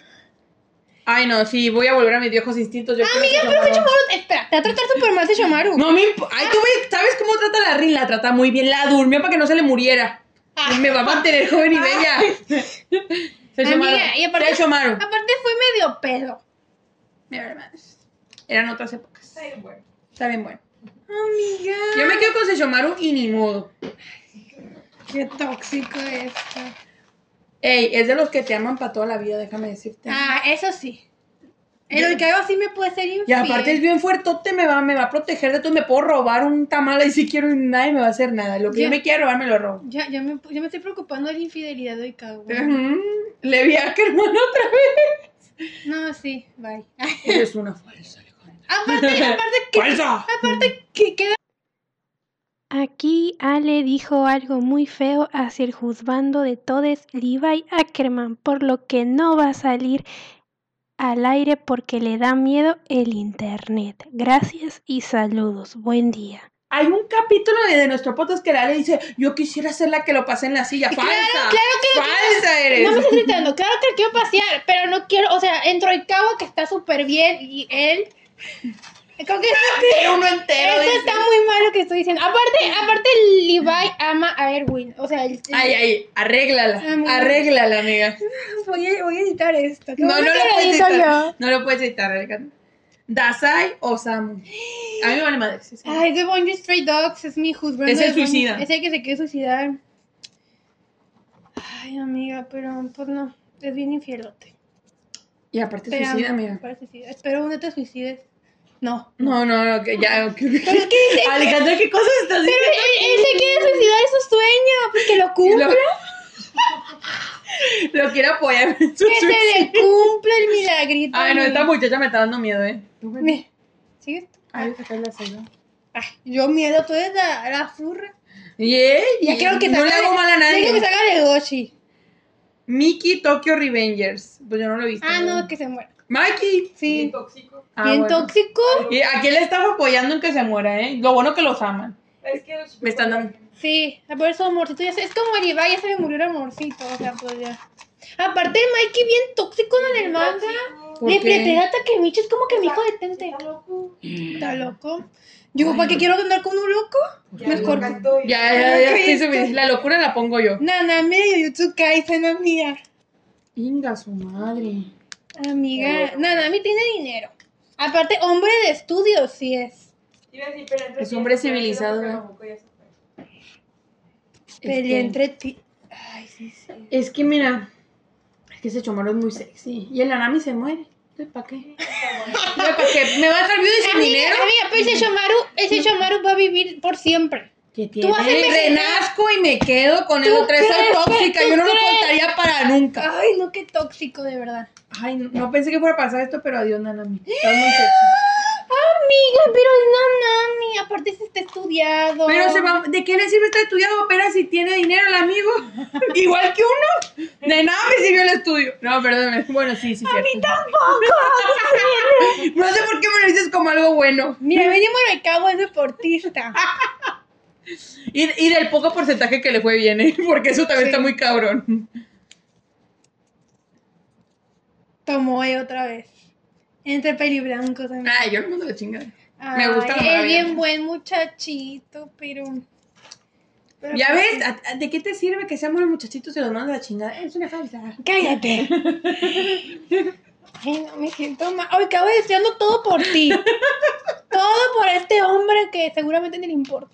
[SPEAKER 1] Ay, no, sí, voy a volver a mis viejos instintos. Yo quiero
[SPEAKER 2] Amiga,
[SPEAKER 1] ser
[SPEAKER 2] Ah, pero
[SPEAKER 1] Shomaru.
[SPEAKER 2] Seishomaru, espera, te va a tratar súper mal Seishomaru.
[SPEAKER 1] No me imp- Ay, tú ve- ¿sabes cómo trata a la Rin? La trata muy bien. La durmió para que no se le muriera.
[SPEAKER 2] Ah.
[SPEAKER 1] Me va a mantener joven y bella. Se
[SPEAKER 2] Amiga,
[SPEAKER 1] llamaron.
[SPEAKER 2] y aparte-
[SPEAKER 1] Se llamaron.
[SPEAKER 2] Aparte fue medio pedo.
[SPEAKER 1] Ah, Mira, hermanos. Eran otras épocas. Está bien bueno. Está bien bueno.
[SPEAKER 2] Ah, Amiga.
[SPEAKER 1] Yo me quedo con Seishomaru y ni modo.
[SPEAKER 2] Qué tóxico esto.
[SPEAKER 1] Ah, Ey, es de los que te aman para toda la vida, déjame decirte.
[SPEAKER 2] Ah, eso sí. En el que hago así me puede ser infiel.
[SPEAKER 1] Y aparte es bien fuertote, me va, me va a proteger de todo, me puedo robar un tamal y si quiero y nadie me va a hacer nada. Lo que yo,
[SPEAKER 2] Yo-
[SPEAKER 1] me quiera robar, me lo robo.
[SPEAKER 2] Ya, ya me, ya me estoy preocupando de la infidelidad de Oikawa.
[SPEAKER 1] Ujú. Levi Ackerman otra
[SPEAKER 2] No, sí, bye.
[SPEAKER 1] vez. Eres una falsa, Alejandra.
[SPEAKER 2] aparte, aparte que,
[SPEAKER 1] ¡Falsa!
[SPEAKER 2] que queda...
[SPEAKER 3] Aquí Ale dijo algo muy feo hacia el juzgando de todes Levi Ackerman, por lo que no va a salir al aire porque le da miedo el internet. Gracias y saludos. Buen día.
[SPEAKER 1] Hay un capítulo de, de nuestro podcast que la le dice, yo quisiera ser la que lo pasé en la silla. ¡Falsa!
[SPEAKER 2] Claro, claro que...
[SPEAKER 1] ¡Falsa eres!
[SPEAKER 2] No me estás gritando, claro que quiero pasear, pero no quiero, o sea, entro Oikawa que está súper bien y él... Creo que
[SPEAKER 1] Era uno entero.
[SPEAKER 2] Esto
[SPEAKER 1] dice.
[SPEAKER 2] está muy mal lo que estoy diciendo. Aparte, aparte Levi ama a Erwin. O sea, el-
[SPEAKER 1] Ay, ay, arréglala,
[SPEAKER 2] Amiga.
[SPEAKER 1] arréglala, amiga.
[SPEAKER 2] Voy, a, voy a editar esto.
[SPEAKER 1] No,
[SPEAKER 2] lo
[SPEAKER 1] no lo puedes
[SPEAKER 2] edito
[SPEAKER 1] editar.
[SPEAKER 2] yo.
[SPEAKER 1] No lo puedes editar, Alejandra. ¿Dasai o Samu? A mí me vale madre. sí, sí.
[SPEAKER 2] Ay, The Bondi Stray Dogs es mi husband.
[SPEAKER 1] Es el
[SPEAKER 2] Es mi-
[SPEAKER 1] suicida.
[SPEAKER 2] Es el que se quiere suicidar. Ay, amiga, pero pues no. Es bien infielote.
[SPEAKER 1] Y aparte
[SPEAKER 2] Te
[SPEAKER 1] suicida,
[SPEAKER 2] amo,
[SPEAKER 1] amiga.
[SPEAKER 2] para suicida. Espero no te suicides. No.
[SPEAKER 1] No, no, no, que ya. ok, ok.
[SPEAKER 2] Pero es que él, se-
[SPEAKER 1] Alejandra, ¿qué cosas estás
[SPEAKER 2] pero
[SPEAKER 1] diciendo?
[SPEAKER 2] él- él se quiere suicidar, es su sueño. Pues que lo cumpla.
[SPEAKER 1] Lo, lo quiero apoyar en su
[SPEAKER 2] Que se
[SPEAKER 1] suicidio.
[SPEAKER 2] le cumpla el milagrito.
[SPEAKER 1] Ay, Ah, no, esta
[SPEAKER 2] amiga.
[SPEAKER 1] muchacha me está dando miedo, eh.
[SPEAKER 2] Mira, ¿Sigues tú?
[SPEAKER 1] Ay, sacar la cena.
[SPEAKER 2] Ay, yo miedo, tú eres la, la furra.
[SPEAKER 1] Yeah,
[SPEAKER 2] Ya
[SPEAKER 1] yeah.
[SPEAKER 2] quiero que
[SPEAKER 1] no le
[SPEAKER 2] saca-
[SPEAKER 1] hago mal a
[SPEAKER 2] Yo que me
[SPEAKER 1] nadie.
[SPEAKER 2] saca de Goshi.
[SPEAKER 1] Mickey Tokyo Revengers. Pues yo no lo he visto.
[SPEAKER 2] Ah,
[SPEAKER 1] güey.
[SPEAKER 2] no, que se muera.
[SPEAKER 1] Mikey.
[SPEAKER 2] Sí.
[SPEAKER 4] Bien tóxico.
[SPEAKER 1] Ah,
[SPEAKER 2] Bien
[SPEAKER 1] bueno.
[SPEAKER 2] tóxico.
[SPEAKER 1] Y aquí le estamos apoyando en que se muera, ¿eh? Lo bueno que los aman.
[SPEAKER 4] Es que los
[SPEAKER 1] Me están dando.
[SPEAKER 2] Sí, a por eso amorcito ya se- Es como Aribay, ya se le murió el amorcito. O sea, pues ya. Aparte, el Mikey bien tóxico en el manga.
[SPEAKER 1] ¿Por
[SPEAKER 2] Le
[SPEAKER 1] qué?
[SPEAKER 2] pretende que Michi es como que mi hijo detente.
[SPEAKER 4] Está loco.
[SPEAKER 2] Está loco. Digo, ¿para qué quiero andar con un loco?
[SPEAKER 4] Ya
[SPEAKER 2] Mejor.
[SPEAKER 4] lo cantó y-
[SPEAKER 1] Ya, ya, ya. sí, se me- La locura la pongo yo.
[SPEAKER 2] Nana, mira Yujutsu Kaisen, amiga.
[SPEAKER 1] Inga, su madre.
[SPEAKER 2] Amiga, Nanami tiene dinero. Aparte, hombre de estudios, sí es.
[SPEAKER 4] Iba a decir, pero entre
[SPEAKER 1] Es hombre
[SPEAKER 4] sí, pero
[SPEAKER 1] civilizado,
[SPEAKER 4] creo que
[SPEAKER 1] ¿eh?
[SPEAKER 4] tampoco ya se fue.
[SPEAKER 2] Pelea
[SPEAKER 1] Es que,
[SPEAKER 2] entre ti. Este, Ay, sí, sí.
[SPEAKER 1] es que mira, es que ese chomaro es muy sexy. Y el Anami se muere. ¿Para qué? ¿Para qué? ¿Me va a dejar viudo y sin
[SPEAKER 2] Amiga,
[SPEAKER 1] dinero?
[SPEAKER 2] amiga, pero pues ese Shomaru, ese Shomaru va a vivir por siempre.
[SPEAKER 1] ¿Qué
[SPEAKER 2] vas a
[SPEAKER 1] tiene?
[SPEAKER 2] envejecer.
[SPEAKER 1] Renazco y me quedo con el
[SPEAKER 2] ¿Tú
[SPEAKER 1] otra esa
[SPEAKER 2] crees que-
[SPEAKER 1] tóxica.
[SPEAKER 2] tú
[SPEAKER 1] Yo no lo
[SPEAKER 2] crees?
[SPEAKER 1] contaría para nunca.
[SPEAKER 2] Ay, no, qué tóxico, de verdad.
[SPEAKER 1] Ay, no, no pensé que fuera a pasar esto, pero adiós, Nanami. Estás muy sexy.
[SPEAKER 2] Ah, Amiga, pero es Nanami. Aparte, se está estudiado.
[SPEAKER 1] Pero se va- ¿de qué le sirve estar estudiado apenas si tiene dinero el amigo? Igual que uno. De nada me sirvió el estudio. No, perdón. Bueno, sí, sí. A mí tampoco. no sé por qué me lo dices como algo bueno.
[SPEAKER 2] Mira, mínimo el cabo es deportista.
[SPEAKER 1] Y, y del poco porcentaje que le fue bien, ¿eh? porque eso
[SPEAKER 2] Sí.
[SPEAKER 1] también está muy cabrón.
[SPEAKER 2] Tomó eh, otra vez. Entre peliblancos, amiga.
[SPEAKER 1] Ay, yo no mando la chingada.
[SPEAKER 2] Ay,
[SPEAKER 1] me gusta la
[SPEAKER 2] Es
[SPEAKER 1] maravilla.
[SPEAKER 2] bien buen muchachito, pero. pero- pues
[SPEAKER 1] Ya ves, ¿A- a- ¿de qué te sirve que seamos los muchachitos y los mandas a la chingada? Es una falsa.
[SPEAKER 2] Cállate. Ay, no me siento mal. Hoy acabo deseando todo por ti. Todo por este hombre que seguramente ni le importa.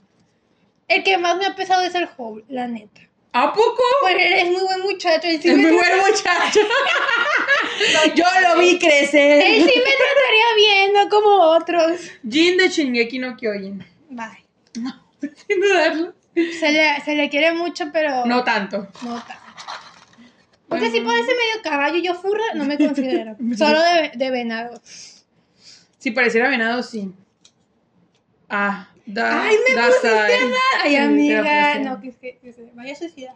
[SPEAKER 2] El que más me ha pesado es el joven, la neta.
[SPEAKER 1] ¿A poco?
[SPEAKER 2] Pues eres muy buen muchacho. Él sí,
[SPEAKER 1] es
[SPEAKER 2] me,
[SPEAKER 1] muy buen muchacho. yo lo vi
[SPEAKER 2] él
[SPEAKER 1] crecer.
[SPEAKER 2] sí me trataría bien, no como otros.
[SPEAKER 1] Jin de Shingeki no Kyojin.
[SPEAKER 2] Bye.
[SPEAKER 1] Sin dudarlo.
[SPEAKER 2] Se le, se le quiere mucho, pero
[SPEAKER 1] No tanto.
[SPEAKER 2] no tanto. Porque si parece medio caballo, yo furra, no me considero. Solo de, de venado.
[SPEAKER 1] Si pareciera venado, sí. Ah, da,
[SPEAKER 2] Ay, me
[SPEAKER 1] da sai.
[SPEAKER 2] Ay,
[SPEAKER 1] Sí,
[SPEAKER 2] amiga.
[SPEAKER 1] pero pues,
[SPEAKER 2] No, que, que- que se vaya a suicidar.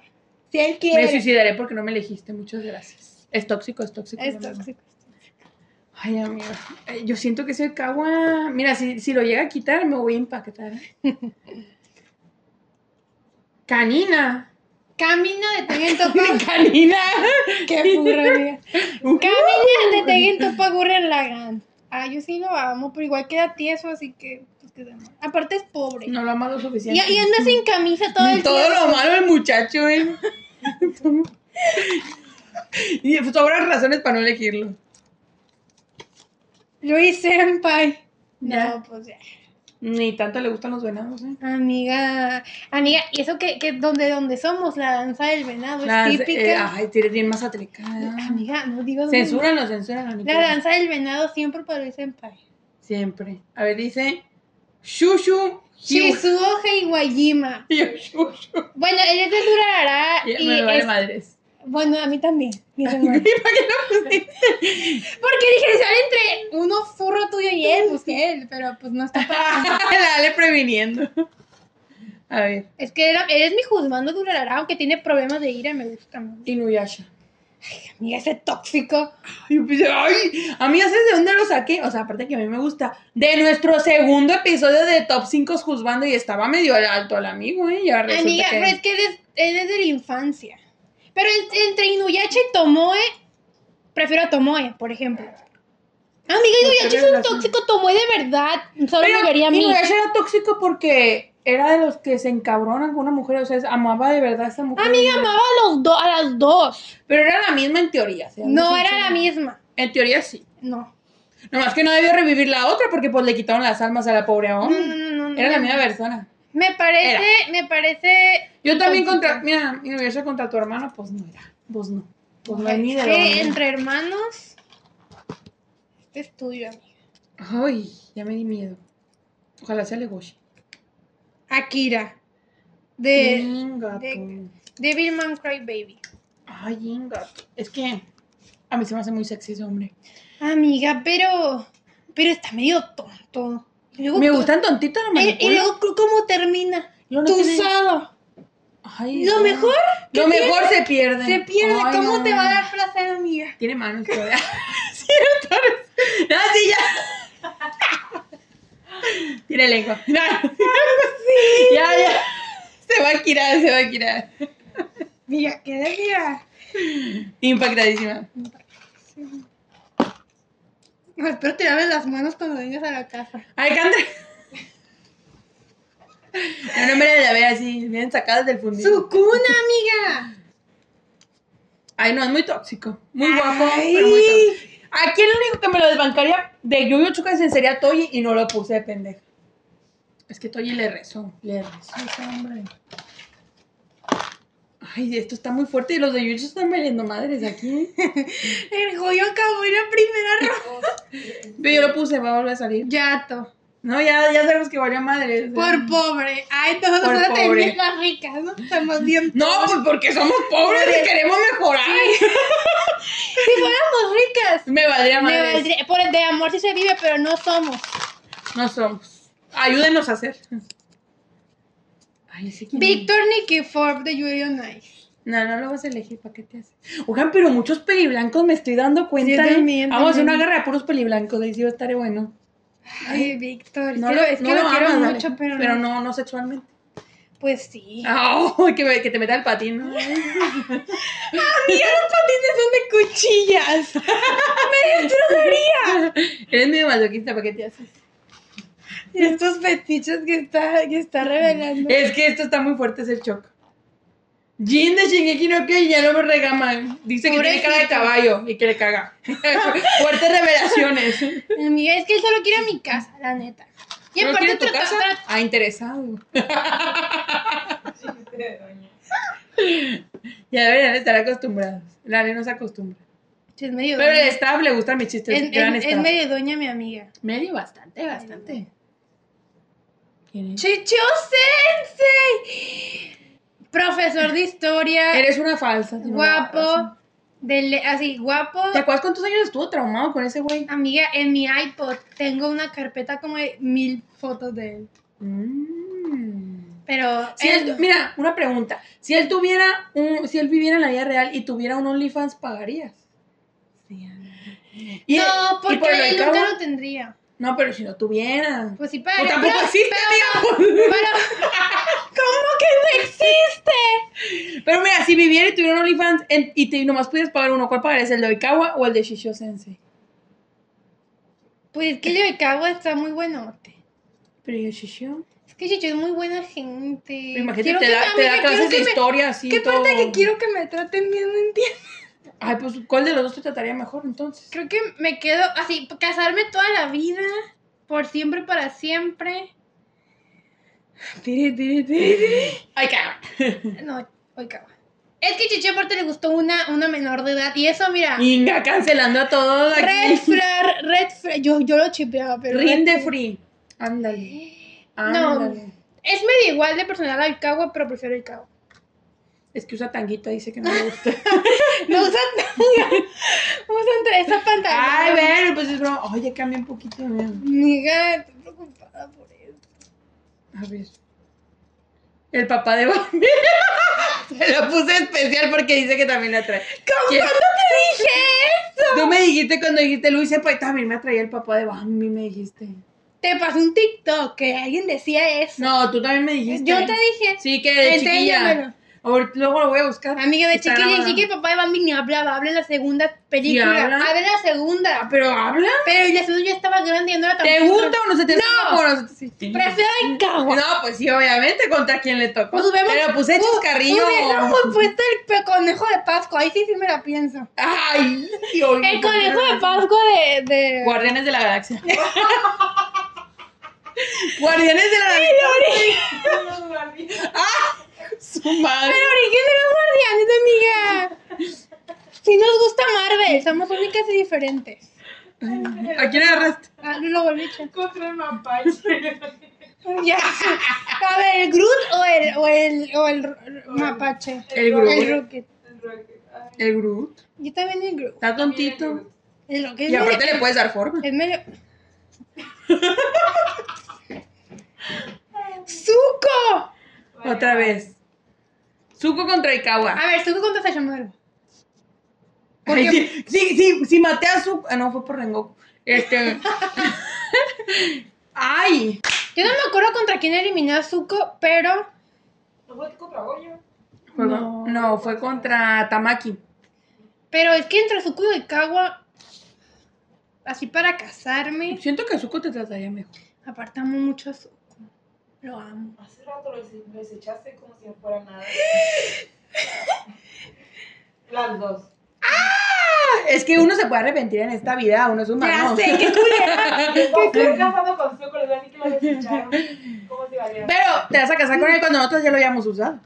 [SPEAKER 2] Si él quiere.
[SPEAKER 1] Me suicidaré porque no me elegiste. Muchas gracias. Es tóxico, es tóxico.
[SPEAKER 2] Es
[SPEAKER 1] no, no, no.
[SPEAKER 2] tóxico.
[SPEAKER 1] Ay, amiga. eh, Yo siento que ese cagua. Mira, si, si lo llega a quitar, me voy a ¿eh? impactar. Canina.
[SPEAKER 2] Camina de Teguen Topa.
[SPEAKER 1] Canina.
[SPEAKER 2] Qué furra, amiga.
[SPEAKER 1] Uh,
[SPEAKER 2] Camina de Teguen Topa Gurren Lagan. Ah, yo sí lo amo, pero igual queda tieso, así que. Pues, que se muera. Aparte es pobre.
[SPEAKER 1] No lo ama lo
[SPEAKER 2] y,
[SPEAKER 1] suficiente.
[SPEAKER 2] y anda sin camisa todo el
[SPEAKER 1] Todo
[SPEAKER 2] tiempo.
[SPEAKER 1] lo malo el muchacho, ¿eh? y pues, sobran razones para no elegirlo.
[SPEAKER 2] Luis Senpai.
[SPEAKER 1] Ya.
[SPEAKER 2] No, pues ya.
[SPEAKER 1] Ni tanto le gustan los venados, ¿eh?
[SPEAKER 2] Amiga, amiga, y eso que, que donde, donde somos, la danza del venado
[SPEAKER 1] Las,
[SPEAKER 2] es
[SPEAKER 1] eh,
[SPEAKER 2] típica.
[SPEAKER 1] ay, tú eres bien más atricada.
[SPEAKER 2] amiga, no digas.
[SPEAKER 1] Censúralo, censúralo. ni
[SPEAKER 2] La
[SPEAKER 1] pedo.
[SPEAKER 2] danza del venado siempre parece en paz.
[SPEAKER 1] Siempre. A ver, dice. Shushu. Hiu-
[SPEAKER 2] Shizuo Heiwajima.
[SPEAKER 1] Hiu- Shushu.
[SPEAKER 2] Bueno, él es de Durarara
[SPEAKER 1] Ya,
[SPEAKER 2] y
[SPEAKER 1] Me vale
[SPEAKER 2] es-
[SPEAKER 1] madres.
[SPEAKER 2] bueno, a mí también. mi
[SPEAKER 1] ¿Para
[SPEAKER 2] amor.
[SPEAKER 1] qué lo pusiste?
[SPEAKER 2] Porque dije, sale entre uno furro tuyo y él, pues que él, pero pues no está para...
[SPEAKER 1] Ah, La Ale previniendo. A ver.
[SPEAKER 2] Es que era- eres mi juzgando Durarara, aunque tiene problemas de ira, me gusta mucho.
[SPEAKER 1] Inuyasha.
[SPEAKER 2] Amiga, ese tóxico.
[SPEAKER 1] Y yo pensé, ay, a mí, ¿sabes de dónde lo saqué? O sea, aparte que a mí me gusta. De nuestro segundo episodio de Top 5 juzgando y estaba medio alto el amigo, ¿eh? Ya resulta
[SPEAKER 2] Amiga,
[SPEAKER 1] que-
[SPEAKER 2] pero es que des- él es de la infancia. Pero en- entre Inuyasha y Tomoe, prefiero a Tomoe, por ejemplo. Amiga, Inuyasha es un
[SPEAKER 1] relación.
[SPEAKER 2] tóxico, Tomoe de verdad. Solo
[SPEAKER 1] Pues Pero
[SPEAKER 2] me vería a mí.
[SPEAKER 1] Inuyasha era tóxico porque era de los que se encabronan con una mujer, o sea, es- amaba de verdad a esta mujer.
[SPEAKER 2] Ah, Amiga, amaba a, los do- a las dos.
[SPEAKER 1] Pero era la misma en teoría. seamos
[SPEAKER 2] No
[SPEAKER 1] sinceros.
[SPEAKER 2] era la misma.
[SPEAKER 1] En teoría sí.
[SPEAKER 2] No.
[SPEAKER 1] Nomás que no debió revivir la otra porque pues le quitaron las almas a la pobre
[SPEAKER 2] No,
[SPEAKER 1] hombre.
[SPEAKER 2] no, no, no, no.
[SPEAKER 1] Era la misma persona.
[SPEAKER 2] Me parece, me parece.
[SPEAKER 1] Yo también
[SPEAKER 2] Tóxica.
[SPEAKER 1] contra, mira, Inuyasha contra tu hermano, pues no era. Pues no. Pues no hay ni de
[SPEAKER 2] que
[SPEAKER 1] dónde.
[SPEAKER 2] entre hermanos. Este es tuyo, amiga.
[SPEAKER 1] Ay, ya me di miedo. Ojalá sea Legoshi.
[SPEAKER 2] Akira. De
[SPEAKER 1] Ingato.
[SPEAKER 2] Eh, de- Devilman Cry Baby.
[SPEAKER 1] Ay, Ingato. Es que a mí se me hace muy sexy ese hombre.
[SPEAKER 2] Amiga, pero. Pero está medio tonto. Y luego
[SPEAKER 1] Me
[SPEAKER 2] co-
[SPEAKER 1] gustan tontitos los
[SPEAKER 2] Eh, Y, y luego, co- ¿cómo termina?
[SPEAKER 1] Yo no tiene-
[SPEAKER 2] Tusado.
[SPEAKER 1] Ay,
[SPEAKER 2] Lo
[SPEAKER 1] no.
[SPEAKER 2] mejor
[SPEAKER 1] Lo
[SPEAKER 2] que
[SPEAKER 1] mejor se pierde.
[SPEAKER 2] se pierde.
[SPEAKER 1] Ay,
[SPEAKER 2] ¿Cómo
[SPEAKER 1] no.
[SPEAKER 2] te va a dar placer, amiga?
[SPEAKER 1] Tiene manos todavía. Cierto. No, sí, ya. Tiene lengua. No. Ya, ya. Se va a quitar, se va a quitar.
[SPEAKER 2] Mira, queda, mira.
[SPEAKER 1] Impactadísima.
[SPEAKER 2] Espero te laves las manos cuando vengas a la casa.
[SPEAKER 1] Alcántara. No, no me la ver así, bien sacadas del fundillo.
[SPEAKER 2] ¡Su cuna, amiga!
[SPEAKER 1] Ay, no, es muy tóxico. Muy guapo,
[SPEAKER 2] Ay.
[SPEAKER 1] pero muy tóxico. Aquí el único que me lo desbancaría de Yuyo Chukaisen sería Toyi y no lo puse de pendejo. Es que Toyi le rezó, le rezó a ese hombre. Ay, esto está muy fuerte y los de Yuyo están valiendo madres aquí.
[SPEAKER 2] El joyo acabó en la primera ronda.
[SPEAKER 1] Pero yo lo puse, va a volver a salir.
[SPEAKER 2] Yato.
[SPEAKER 1] No, ya, ya sabemos que valió madres.
[SPEAKER 2] Por pobre. Ay, todos
[SPEAKER 1] Por
[SPEAKER 2] nosotros
[SPEAKER 1] pobre.
[SPEAKER 2] también las ricas, ¿no? Estamos bien.
[SPEAKER 1] No, pues porque somos pobres y queremos mejorar.
[SPEAKER 2] Si fuéramos ricas.
[SPEAKER 1] Me valdría
[SPEAKER 2] Me
[SPEAKER 1] madres.
[SPEAKER 2] valdría- por el de amor sí se vive, pero no somos.
[SPEAKER 1] No somos. Ayúdenos a hacer. Ay, sí que.
[SPEAKER 2] Víctor Nikifor de Julio Nice.
[SPEAKER 1] No, no lo vas a elegir, ¿para qué te haces? Oigan, pero muchos peliblancos me estoy dando cuenta.
[SPEAKER 2] Sí, yo
[SPEAKER 1] ¿eh?
[SPEAKER 2] también,
[SPEAKER 1] Vamos a hacer una
[SPEAKER 2] también.
[SPEAKER 1] guerra de puros peliblancos, ahí sí va a estar bueno.
[SPEAKER 2] Ay, Víctor.
[SPEAKER 1] No
[SPEAKER 2] es que
[SPEAKER 1] lo,
[SPEAKER 2] lo, es
[SPEAKER 1] no
[SPEAKER 2] que lo
[SPEAKER 1] lo
[SPEAKER 2] quiero
[SPEAKER 1] amas,
[SPEAKER 2] mucho,
[SPEAKER 1] Ale,
[SPEAKER 2] pero, no.
[SPEAKER 1] no, no sexualmente.
[SPEAKER 2] Pues sí.
[SPEAKER 1] Ah, que, me- que te meta el patín. ¿no?
[SPEAKER 2] Amiga, los patines son de cuchillas.
[SPEAKER 1] Eres medio masoquista, ¿para qué te haces?
[SPEAKER 2] Y estos fetiches que está, que está revelando.
[SPEAKER 1] Es que esto está muy fuerte, es el shock. Jin de Shingeki no Kyojin, ya no me regama. Dice que tiene cara de
[SPEAKER 2] Pobrecito.
[SPEAKER 1] caballo y que le caga. Fuertes revelaciones.
[SPEAKER 2] Amiga, es que él solo quiere mi casa, la neta. Y
[SPEAKER 1] ¿No
[SPEAKER 2] aparte
[SPEAKER 1] quiere tu
[SPEAKER 2] trata-
[SPEAKER 1] casa?
[SPEAKER 2] trata-
[SPEAKER 1] Ah, interesado.
[SPEAKER 4] Chiste de doña.
[SPEAKER 1] Ya deberían estar acostumbrados. La Ale no se acostumbra.
[SPEAKER 2] Sí, es medio
[SPEAKER 1] Pero
[SPEAKER 2] doña.
[SPEAKER 1] el staff le gustan mis chistes.
[SPEAKER 2] Es-
[SPEAKER 1] gran
[SPEAKER 2] es- es
[SPEAKER 1] staff.
[SPEAKER 2] medio doña mi amiga.
[SPEAKER 1] Medio bastante, bastante. ¿Quién es?
[SPEAKER 2] Chichio Sensei. Profesor de historia.
[SPEAKER 1] Eres una falsa. tú no me agarras.
[SPEAKER 2] guapo. de le- así, guapo.
[SPEAKER 1] ¿Te acuerdas cuántos años estuvo traumado con ese güey?
[SPEAKER 2] Amiga, en mi iPod tengo una carpeta como de mil fotos de él.
[SPEAKER 1] Mm.
[SPEAKER 2] Pero.
[SPEAKER 1] Si
[SPEAKER 2] él-
[SPEAKER 1] él- mira, una pregunta. Si él tuviera un, si él viviera en la vida real y tuviera un OnlyFans, ¿pagarías? Y-
[SPEAKER 2] no,
[SPEAKER 1] y
[SPEAKER 2] porque
[SPEAKER 1] por lo
[SPEAKER 2] él
[SPEAKER 1] del
[SPEAKER 2] nunca
[SPEAKER 1] cabo-
[SPEAKER 2] lo tendría.
[SPEAKER 1] No, pero si no tuviera.
[SPEAKER 2] Pues sí,
[SPEAKER 1] Pues
[SPEAKER 2] pero.
[SPEAKER 1] tampoco
[SPEAKER 2] pero-
[SPEAKER 1] existe,
[SPEAKER 2] pero-
[SPEAKER 1] amiga.
[SPEAKER 2] ¿Cómo que no existe?
[SPEAKER 1] Pero mira, si viviera y tuviera un OnlyFans en- y te, nomás pudieras pagar uno, ¿cuál pagarías? ¿El de Oikawa o el de Shishio Sensei?
[SPEAKER 2] Pues es que el de Cabo está muy buenote.
[SPEAKER 1] Pero yo, Shishio.
[SPEAKER 2] Es que Chicho es muy buena gente.
[SPEAKER 1] Pues Imagínate,
[SPEAKER 2] Quiero
[SPEAKER 1] te
[SPEAKER 2] que-
[SPEAKER 1] da, te
[SPEAKER 2] amiga, quiero
[SPEAKER 1] da clases
[SPEAKER 2] que
[SPEAKER 1] de
[SPEAKER 2] me-
[SPEAKER 1] historia, así.
[SPEAKER 2] ¿Qué parte
[SPEAKER 1] todo.
[SPEAKER 2] que quiero que me traten bien? No entiendo.
[SPEAKER 1] Ay, pues, ¿cuál de los dos te trataría mejor entonces?
[SPEAKER 2] Creo que me quedo así, casarme toda la vida, por siempre, para siempre.
[SPEAKER 1] Tiri, tiri, tiri, tiri.
[SPEAKER 2] Ay, cabrón. No, ay, cabrón. Es que Chichi aparte le gustó una, una menor de edad. Y eso, mira.
[SPEAKER 1] Inga, cancelando a todos
[SPEAKER 2] Red
[SPEAKER 1] aquí.
[SPEAKER 2] flag, red flag. Yo, yo lo chipeaba, pero.
[SPEAKER 1] Rinde
[SPEAKER 2] red
[SPEAKER 1] free. Ándale.
[SPEAKER 2] flag.
[SPEAKER 1] ándale.
[SPEAKER 2] No. Es medio igual de personal al Cagua, pero prefiero el Cagua.
[SPEAKER 1] Es que usa tanguita, dice que no le gusta.
[SPEAKER 2] No usan tanga. usan tra- esa pantalla.
[SPEAKER 1] Ay, bueno, pues es broma. Oye, cambia un poquito. mira.
[SPEAKER 2] Amiga, estoy preocupada por eso.
[SPEAKER 1] A ver. El papá de Bambi. Se lo puse especial porque dice que también la trae. ¿Qué?
[SPEAKER 2] ¡Dije eso!
[SPEAKER 1] Tú me dijiste cuando dijiste Luis, pues también me traía el papá de Bambi, me dijiste.
[SPEAKER 2] Te pasé un TikTok que alguien decía eso.
[SPEAKER 1] No, tú también me dijiste.
[SPEAKER 2] yo te dije.
[SPEAKER 1] Sí, que de chiquilla.
[SPEAKER 2] Enséñamelo.
[SPEAKER 1] Ahorita luego lo voy a buscar.
[SPEAKER 2] Amiga de
[SPEAKER 1] Está
[SPEAKER 2] chiquilla, y
[SPEAKER 1] grabado.
[SPEAKER 2] chiquilla, el papá de Bambi ni hablaba. Habla en la segunda película.
[SPEAKER 1] habla?
[SPEAKER 2] Habla en la segunda.
[SPEAKER 1] Ah, Pero habla.
[SPEAKER 2] Pero y la segunda ya estaba grande y no era tan
[SPEAKER 1] ¿Te gusta o no se te
[SPEAKER 2] No.
[SPEAKER 1] antoja o no se te- sí.
[SPEAKER 2] Prefiero el cagua.
[SPEAKER 1] No, pues sí, obviamente, contra quien le tocó.
[SPEAKER 2] Pues hubiéramos-
[SPEAKER 1] Pero puse chascarrillo.
[SPEAKER 2] Hubiéramos puesto el pe- conejo de Pascua. Ahí sí, sí me la pienso.
[SPEAKER 1] Ay, Dios
[SPEAKER 2] El
[SPEAKER 1] mío.
[SPEAKER 2] conejo de Pascua de. de...
[SPEAKER 1] Guardianes de la Galaxia. Guardianes de la Galaxia. Ah, Su madre.
[SPEAKER 2] El origen de los guardianes, amiga. Si nos gusta Marvel, somos únicas y diferentes.
[SPEAKER 1] ¿A quién agarraste?
[SPEAKER 2] Ah, no lo volví a echar.
[SPEAKER 4] Contra el mapache.
[SPEAKER 2] Ya. A ver, ¿el Groot o el, o el, o el r- mapache?
[SPEAKER 1] El
[SPEAKER 2] El
[SPEAKER 1] Groot.
[SPEAKER 2] Rocket.
[SPEAKER 4] El Rocket. Ay,
[SPEAKER 1] El Groot.
[SPEAKER 2] Yo también el Groot.
[SPEAKER 1] Está
[SPEAKER 4] mira,
[SPEAKER 1] tontito.
[SPEAKER 2] El Rocket.
[SPEAKER 1] Y
[SPEAKER 2] es
[SPEAKER 1] aparte
[SPEAKER 2] medio-
[SPEAKER 1] le puedes dar forma.
[SPEAKER 2] Es medio. ¡Zuko!
[SPEAKER 4] Groot.
[SPEAKER 1] Otra
[SPEAKER 4] Vaya.
[SPEAKER 1] vez. Suco contra Ikawa.
[SPEAKER 2] A ver, ¿Zuko contra Sashomaru?
[SPEAKER 1] Ay, sí, sí, sí, sí, maté a Zuko. Ah, no, fue por Rengoku. Este. Ay.
[SPEAKER 2] Yo no me acuerdo contra quién eliminó a Zuko, pero.
[SPEAKER 4] ¿No fue contra Goyo?
[SPEAKER 1] Fue-
[SPEAKER 2] No.
[SPEAKER 1] no. fue contra Tamaki.
[SPEAKER 2] Pero es que entre Zuko y Kawa. Así para casarme.
[SPEAKER 1] Siento que Zuko te trataría mejor.
[SPEAKER 2] Aparte amo mucho a Zuko. Lo amo.
[SPEAKER 4] Hace rato lo des- lo desechaste como si no fuera nada. Las dos.
[SPEAKER 1] Es que uno se puede arrepentir en esta vida, uno es humano.
[SPEAKER 2] qué
[SPEAKER 4] Vos estás casado con Zuko, les así que lo desecharon. ¿Cómo se valía?
[SPEAKER 1] Pero te vas a casar con él cuando nosotros ya lo hayamos usado.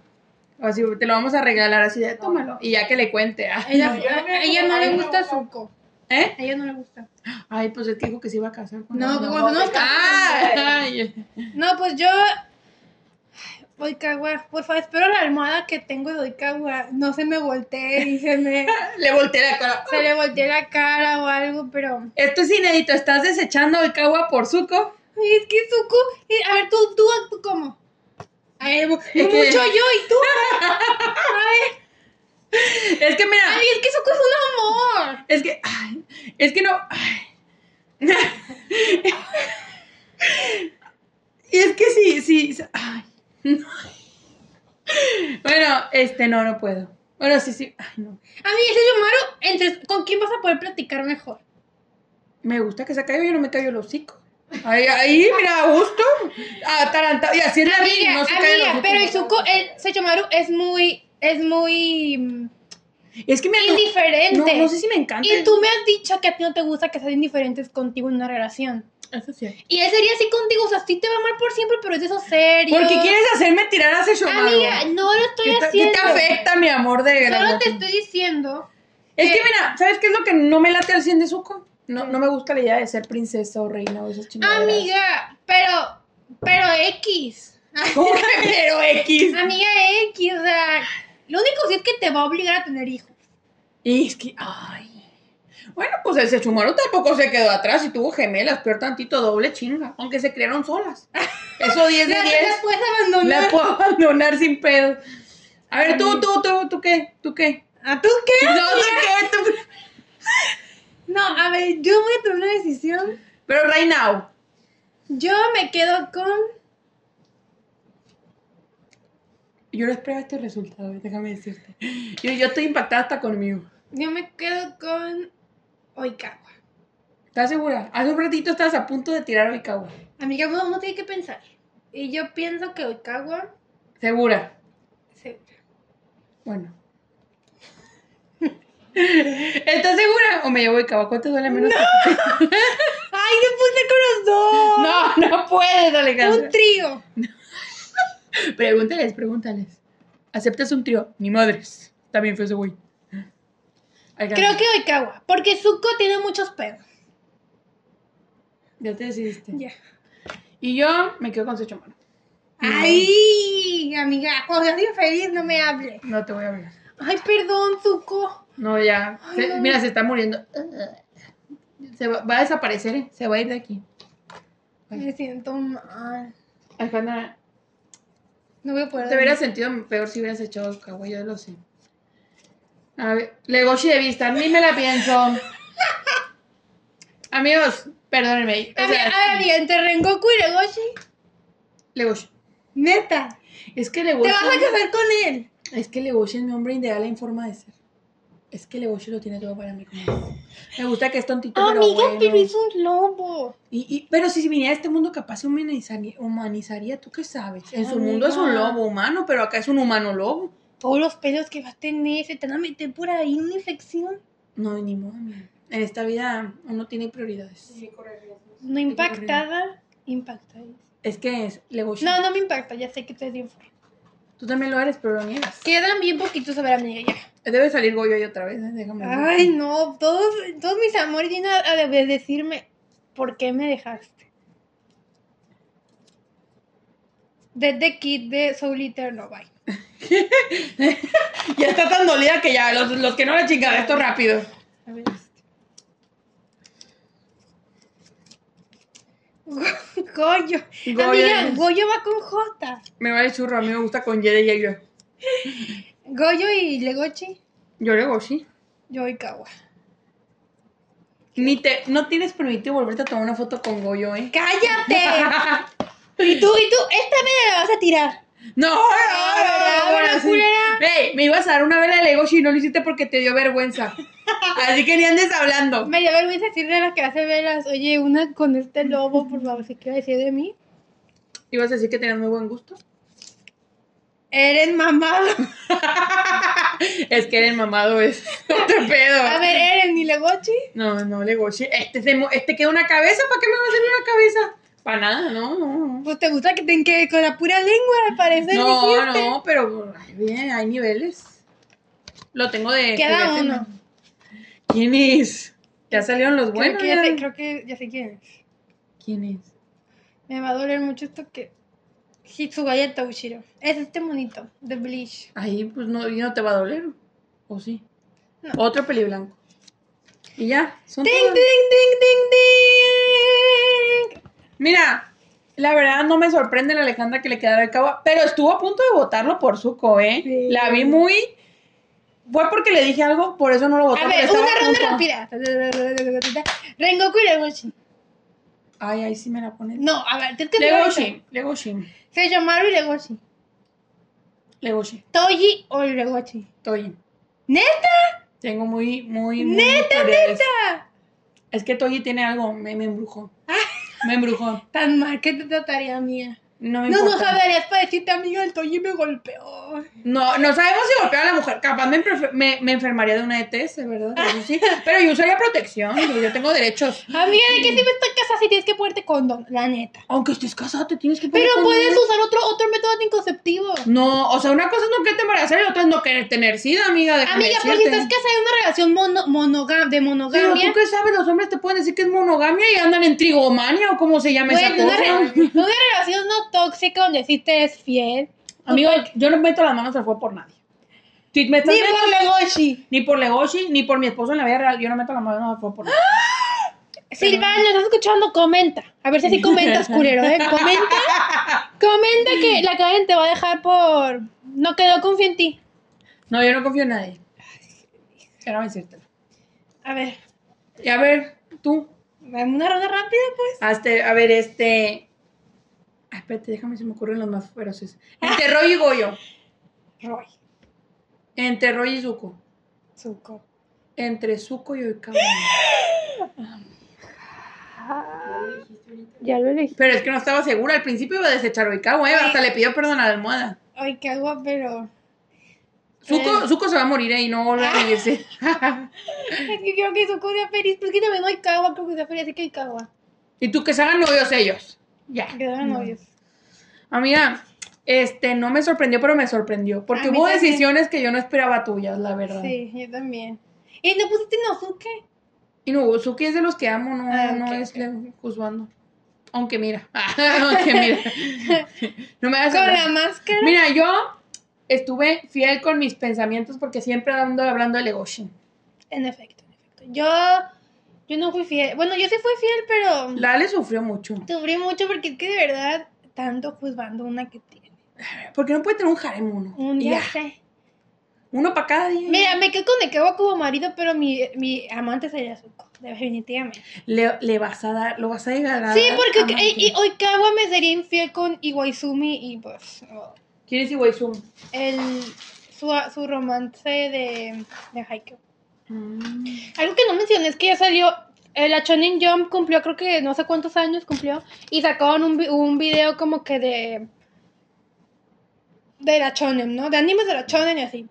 [SPEAKER 1] Así te lo vamos a regalar así de tómalo. Y ya que le cuente. ah.
[SPEAKER 2] Ella,
[SPEAKER 4] No, yo no me-
[SPEAKER 2] a ella no le
[SPEAKER 4] no me
[SPEAKER 2] gusta
[SPEAKER 4] gusta.
[SPEAKER 2] Zuko.
[SPEAKER 1] ¿Eh?
[SPEAKER 2] A ella no le gusta.
[SPEAKER 1] Ay, pues es que dijo que se iba a casar con
[SPEAKER 2] No,
[SPEAKER 1] él.
[SPEAKER 2] cuando nos
[SPEAKER 1] Ay,
[SPEAKER 2] casamos.
[SPEAKER 1] ay.
[SPEAKER 2] No, pues yo. Voy Kawa, por favor, espero la almohada que tengo de Oikawa no se me voltee y se me
[SPEAKER 1] Le volteé la cara.
[SPEAKER 2] se le voltee la cara o algo, pero
[SPEAKER 1] Esto es inédito. ¿Estás desechando el cagua por suco?
[SPEAKER 2] Ay, Es que Zuko, eh, a ver, tú, tú, tú cómo. A ver, mu-
[SPEAKER 1] que-
[SPEAKER 2] mucho yo y tú. A ver,
[SPEAKER 1] Es que mira,
[SPEAKER 2] ay, es que Zuko es un amor.
[SPEAKER 1] es que. ay, es que no. ay. Y es que sí, sí. sí, ay. Bueno, este no, no puedo. Bueno, sí, sí. Ay, no.
[SPEAKER 2] A mí ese Yomaru, entonces, ¿con quién vas a poder platicar mejor?
[SPEAKER 1] Me gusta que se caiga, yo no me caigo el hocico. Ahí, ahí, mira, a gusto. Atarantado. Y así es la vida,
[SPEAKER 2] Amiga,
[SPEAKER 1] no se cae el
[SPEAKER 2] amiga,
[SPEAKER 1] hocico.
[SPEAKER 2] pero el Zuko, el Sechomaru es muy, es muy mm,
[SPEAKER 1] Es que me
[SPEAKER 2] indiferente.
[SPEAKER 1] no, no sé si me encanta.
[SPEAKER 2] Y tú me has dicho que a ti no te gusta que sean indiferentes contigo en una relación.
[SPEAKER 1] Eso sí.
[SPEAKER 2] Y él sería así contigo, o sea, sí te va mal por siempre, pero es de esos serios.
[SPEAKER 1] Porque quieres hacerme tirar a ese
[SPEAKER 2] Amiga, no lo estoy
[SPEAKER 1] ¿Qué te, qué
[SPEAKER 2] haciendo.
[SPEAKER 1] te afecta, mi amor de la
[SPEAKER 2] Solo te
[SPEAKER 1] relación?
[SPEAKER 2] estoy diciendo
[SPEAKER 1] Es
[SPEAKER 2] Eh,
[SPEAKER 1] que mira, ¿sabes qué es lo que no me late al 100 de Zuko? No, no me gusta la idea de ser princesa o reina o esas chingaderas.
[SPEAKER 2] ¿Mm? Amiga, pero, pero X.
[SPEAKER 1] ¿Cómo que pero X?
[SPEAKER 2] Amiga X, o sea, lo único sí es que te va a obligar a tener hijos.
[SPEAKER 1] Y es que, ay. Bueno, pues el Sechumaru tampoco se quedó atrás y tuvo gemelas, peor tantito, doble chinga. Aunque se criaron solas. Eso 10 de
[SPEAKER 2] Las
[SPEAKER 1] 10.
[SPEAKER 2] las puedes abandonar.
[SPEAKER 1] La puedo abandonar sin pedo. A ver, tú, tú, tú, tú qué, tú qué.
[SPEAKER 2] ¿A tú qué?
[SPEAKER 1] No, tú qué, tú qué.
[SPEAKER 2] No, a ver, yo voy a tomar una decisión.
[SPEAKER 1] Pero right now.
[SPEAKER 2] Yo me quedo con.
[SPEAKER 1] Yo no esperaba este resultado, déjame decirte. Yo, yo estoy impactada hasta conmigo.
[SPEAKER 2] Yo me quedo con. Oikawa.
[SPEAKER 1] ¿Estás segura? Hace un ratito estabas a punto de tirar a Oikawa.
[SPEAKER 2] Amiga, uno, uno tiene que pensar. Y yo pienso que Oikawa.
[SPEAKER 1] Segura.
[SPEAKER 2] se-
[SPEAKER 1] Bueno. ¿Estás segura? O me llevo Oikawa. ¿Cuánto duele menos? que-
[SPEAKER 2] ¡Ay, me puse con los dos!
[SPEAKER 1] No, no puedes, Alejandra.
[SPEAKER 2] ¡Un trío!
[SPEAKER 1] Pregúntales, pregúntales. ¿Aceptas un trío? Ni madres. También fue ese güey. Alga,
[SPEAKER 2] Creo que Oikawa, porque Zuko tiene muchos pedos.
[SPEAKER 1] Ya te decidiste.
[SPEAKER 2] Ya.
[SPEAKER 1] Y yo me quedo con Secho Mano.
[SPEAKER 2] Ay, amiga, cuando seas infeliz no me hables.
[SPEAKER 1] No te voy a hablar.
[SPEAKER 2] Ay, perdón, Zuko.
[SPEAKER 1] No, ya.
[SPEAKER 2] Ay,
[SPEAKER 1] Se-
[SPEAKER 2] no.
[SPEAKER 1] Mira, se está muriendo. Se va, va a desaparecer, ¿eh? se va a ir de aquí.
[SPEAKER 2] Me siento mal.
[SPEAKER 1] Alejandra,
[SPEAKER 2] No voy a poder.
[SPEAKER 1] te hubieras sentido peor si hubieras hecho cagüey, yo lo sé. A ver, Legoshi de vista, ni me la pienso. Amigos, perdónenme.
[SPEAKER 2] A
[SPEAKER 1] O
[SPEAKER 2] ver,
[SPEAKER 1] sea,
[SPEAKER 2] a ver, amiga, entre Rengoku y Legoshi,
[SPEAKER 1] Legoshi.
[SPEAKER 2] neta,
[SPEAKER 1] Es que
[SPEAKER 2] te
[SPEAKER 1] Legoshi.
[SPEAKER 2] vas a casar con él.
[SPEAKER 1] Es que Legoshi es mi hombre ideal en forma de ser. Es que Legoshi lo tiene todo para mí. como es. Me gusta que es tontito, pero
[SPEAKER 2] Ah, amiga,
[SPEAKER 1] bueno.
[SPEAKER 2] pero es un lobo.
[SPEAKER 1] Y, y- pero si viniera a este mundo, capaz se humanizaría, humanizaría, ¿tú qué sabes? En su
[SPEAKER 2] Amiga.
[SPEAKER 1] mundo es un lobo humano, pero acá es un humano lobo.
[SPEAKER 2] Todos los pelos que vas a tener, se te van a meter por ahí una infección.
[SPEAKER 1] No, ni modo. amiga. En esta vida uno tiene prioridades.
[SPEAKER 4] Sí, corre riesgos.
[SPEAKER 2] No impactada, impactada.
[SPEAKER 1] Es que es Legoshi.
[SPEAKER 2] No, no me impacta, ya sé que te dio.
[SPEAKER 1] Tú también lo eres, pero lo niegas.
[SPEAKER 2] Quedan bien poquitos a ver, amiga, ya.
[SPEAKER 1] Debe salir Goyo ahí otra vez, ¿eh? déjame. ver.
[SPEAKER 2] Ay, no, todos, todos mis amores vienen a, a de- decirme por qué me dejaste. Desde the Kid de Soul Eater no bye.
[SPEAKER 1] Ya está tan dolida que ya, los, los que no la chingada, esto rápido.
[SPEAKER 2] A ver. este. Goyo.
[SPEAKER 1] Goyo
[SPEAKER 2] Amiga,
[SPEAKER 1] es-
[SPEAKER 2] Goyo va con J.
[SPEAKER 1] Me vale churro, a mí me gusta con Yede y yo.
[SPEAKER 2] Goyo y Legochi,
[SPEAKER 1] Yo Legoshi.
[SPEAKER 2] yo y Kawa.
[SPEAKER 1] Ni te, no tienes permitido volverte a tomar una foto con Goyo, ¿eh?
[SPEAKER 2] ¡Cállate! y tú, y tú, esta me la vas a tirar.
[SPEAKER 1] No, no, no, no,
[SPEAKER 2] Ahora,
[SPEAKER 1] no, sí.
[SPEAKER 2] culera.
[SPEAKER 1] Ey, me ibas a dar una vela de Legoshi y no lo hiciste porque te dio vergüenza. Así que ni andes hablando.
[SPEAKER 2] Me dio vergüenza decirle a las que hace velas, oye, una con este lobo, por favor, ¿qué iba a decir de mí?
[SPEAKER 1] Ibas a decir que tenías muy buen gusto.
[SPEAKER 2] Eres mamado.
[SPEAKER 1] Es que el mamado es otro pedo.
[SPEAKER 2] A ver, Eren y Legochi.
[SPEAKER 1] No, no, Legoshi. Este, se mo- este queda una cabeza. ¿Para qué me va a salir una cabeza? Para nada, no, no.
[SPEAKER 2] Pues te gusta que te que con la pura lengua, al parecer.
[SPEAKER 1] No,
[SPEAKER 2] dijiste.
[SPEAKER 1] no, pero ay, bien, hay niveles. Lo tengo de.
[SPEAKER 2] Queda
[SPEAKER 1] juguete,
[SPEAKER 2] uno.
[SPEAKER 1] ¿no? ¿Quién es? Ya salieron los
[SPEAKER 2] Creo,
[SPEAKER 1] buenos.
[SPEAKER 2] que ya
[SPEAKER 1] ya.
[SPEAKER 2] sé, creo que ya sé quién es.
[SPEAKER 1] ¿Quién es?
[SPEAKER 2] Me va a doler mucho esto que. Hitsugaya Taushiro. Es este monito, de Bleach.
[SPEAKER 1] Ahí pues no, y no te va a doler. ¿O sí?
[SPEAKER 2] No.
[SPEAKER 1] Otro peli blanco. Y ya, son
[SPEAKER 2] ¡Ding, ding,
[SPEAKER 1] todas.
[SPEAKER 2] ding, ding, ding!
[SPEAKER 1] Mira, la verdad no me sorprende la Alejandra que le quedara el cabo, pero estuvo a punto de votarlo por Zuko, ¿eh?
[SPEAKER 2] Sí.
[SPEAKER 1] La vi muy. Fue porque le dije algo, por eso no lo voté.
[SPEAKER 2] A
[SPEAKER 1] porque
[SPEAKER 2] ver,
[SPEAKER 1] estaba
[SPEAKER 2] una
[SPEAKER 1] a
[SPEAKER 2] ronda
[SPEAKER 1] punto.
[SPEAKER 2] rápida. Rengoku y Legoshi.
[SPEAKER 1] Ay, ahí sí me la pones.
[SPEAKER 2] No, a ver, tienes que tirar ahorita.
[SPEAKER 1] Legoshi, Legoshi,
[SPEAKER 2] Seiyomaru y Legoshi.
[SPEAKER 1] Legoshi,
[SPEAKER 2] Toji o Legoshi.
[SPEAKER 1] Toyin.
[SPEAKER 2] ¿Neta?
[SPEAKER 1] Tengo muy, muy. muy
[SPEAKER 2] ¡Neta,
[SPEAKER 1] tutoriales.
[SPEAKER 2] neta!
[SPEAKER 1] Es que Toyin tiene algo, me, me embrujó.
[SPEAKER 2] Ah.
[SPEAKER 1] Me embrujó.
[SPEAKER 2] Tan mal que te trataría, mía.
[SPEAKER 1] No me
[SPEAKER 2] No, no
[SPEAKER 1] importa.
[SPEAKER 2] sabrías para decirte, amiga, el Toji me golpeó.
[SPEAKER 1] No, no sabemos si golpea a la mujer. Capaz me, enfer- me, me enfermaría de una ETS, ¿verdad? Eso sí. Pero yo usaría protección, yo, yo tengo derechos.
[SPEAKER 2] Amiga, ¿de qué sirve esta casa si tienes que ponerte condón? La neta.
[SPEAKER 1] Aunque estés casada, te tienes que poner
[SPEAKER 2] Pero
[SPEAKER 1] condón.
[SPEAKER 2] puedes usar otro, otro método anticonceptivo.
[SPEAKER 1] No, o sea, una cosa es no quererte embarazar y otra es no querer tener sida, amiga. déjame
[SPEAKER 2] Amiga, pues si
[SPEAKER 1] decirte.
[SPEAKER 2] estás casada en una relación mono, monoga- de
[SPEAKER 1] Pero tú
[SPEAKER 2] monogamia,
[SPEAKER 1] qué sabes, los hombres te pueden decir que es monogamia y andan en trigomania o como se llama esa
[SPEAKER 2] bueno,
[SPEAKER 1] cosa.
[SPEAKER 2] una, re- una relación no tóxica donde sí te es fiel.
[SPEAKER 1] Amigo, yo no meto las manos al fuego por nadie. Si me estás
[SPEAKER 2] Ni
[SPEAKER 1] viendo-
[SPEAKER 2] por Legoshi.
[SPEAKER 1] ni por Legoshi, ni por mi esposo en la vida real, yo no meto las manos al fuego por nadie.
[SPEAKER 2] Silvana, ¿estás escuchando? Comenta. A ver si así comentas, culero, ¿eh? Comenta. Comenta que la Karen te va a dejar por... No quedó confía en ti.
[SPEAKER 1] No, yo no confío en nadie. Era decírtelo.
[SPEAKER 2] A ver,
[SPEAKER 1] Y a ver, tú,
[SPEAKER 2] dame una ronda rápida, pues.
[SPEAKER 1] Hazte- a ver, este. Ah, espérate, déjame se me ocurren los más feroces. Entre Roy y Goyo.
[SPEAKER 2] Roy,
[SPEAKER 1] Entre Roy y Zuko.
[SPEAKER 2] Zuko.
[SPEAKER 1] Entre Zuko y Oikawa.
[SPEAKER 2] Ya lo elegí.
[SPEAKER 1] Pero es que no estaba segura. Al principio iba a desechar Oikawa, ¿eh? Hasta le pidió perdón a la almohada.
[SPEAKER 2] Ay, qué agua, pero...
[SPEAKER 1] Zuko, Zuko se va a morir ¿eh? y no volver a vivirse.
[SPEAKER 2] Es que quiero que Zuko sea feliz, porque también no hay cagua, creo que sea feliz, así que hay cagua.
[SPEAKER 1] y tú que se hagan novios ellos. Ya.
[SPEAKER 2] Que sean novios.
[SPEAKER 1] Amiga, este, no me sorprendió, pero me sorprendió. Porque
[SPEAKER 2] A mí
[SPEAKER 1] hubo
[SPEAKER 2] también.
[SPEAKER 1] decisiones que yo no esperaba tuyas, la verdad.
[SPEAKER 2] Sí, yo también. ¿Y no pusiste Inosuke?
[SPEAKER 1] Y no, Uzuki es de los que amo, no,
[SPEAKER 2] Ah,
[SPEAKER 1] no
[SPEAKER 2] ok,
[SPEAKER 1] es
[SPEAKER 2] ok.
[SPEAKER 1] de Juzbando. Aunque mira, aunque mira. No me hagas
[SPEAKER 2] Con la
[SPEAKER 1] hablar.
[SPEAKER 2] máscara.
[SPEAKER 1] Mira, yo estuve fiel con mis pensamientos porque siempre ando hablando de Legoshin.
[SPEAKER 2] En efecto, en efecto. Yo, yo no fui fiel. Bueno, yo sí fui fiel, pero
[SPEAKER 1] Lale sufrió mucho.
[SPEAKER 2] sufrí mucho porque es que de verdad, tanto juzgando una que tiene.
[SPEAKER 1] Porque no puede tener un harem uno.
[SPEAKER 2] Un
[SPEAKER 1] Y
[SPEAKER 2] día
[SPEAKER 1] ya,
[SPEAKER 2] sé.
[SPEAKER 1] uno para cada día.
[SPEAKER 2] Mira, me quedo con Nekewa como marido, pero mi, mi amante es Ayazuko, definitivamente.
[SPEAKER 1] Le, le vas a dar, lo vas a llegar a
[SPEAKER 2] Sí,
[SPEAKER 1] dar a
[SPEAKER 2] porque
[SPEAKER 1] Maki.
[SPEAKER 2] eh, y Oikawa me sería infiel con Iwaizumi y pues oh,
[SPEAKER 1] ¿Quién es Iwaizumi?
[SPEAKER 2] el, su, su romance de, de Haikyuu. Mm. Algo que no mencioné es que ya salió, eh, la Shonen Jump cumplió creo que no sé cuántos años cumplió y sacaron un, vi- un video como que de... De la Shonen, ¿no? De animes de la Shonen y así.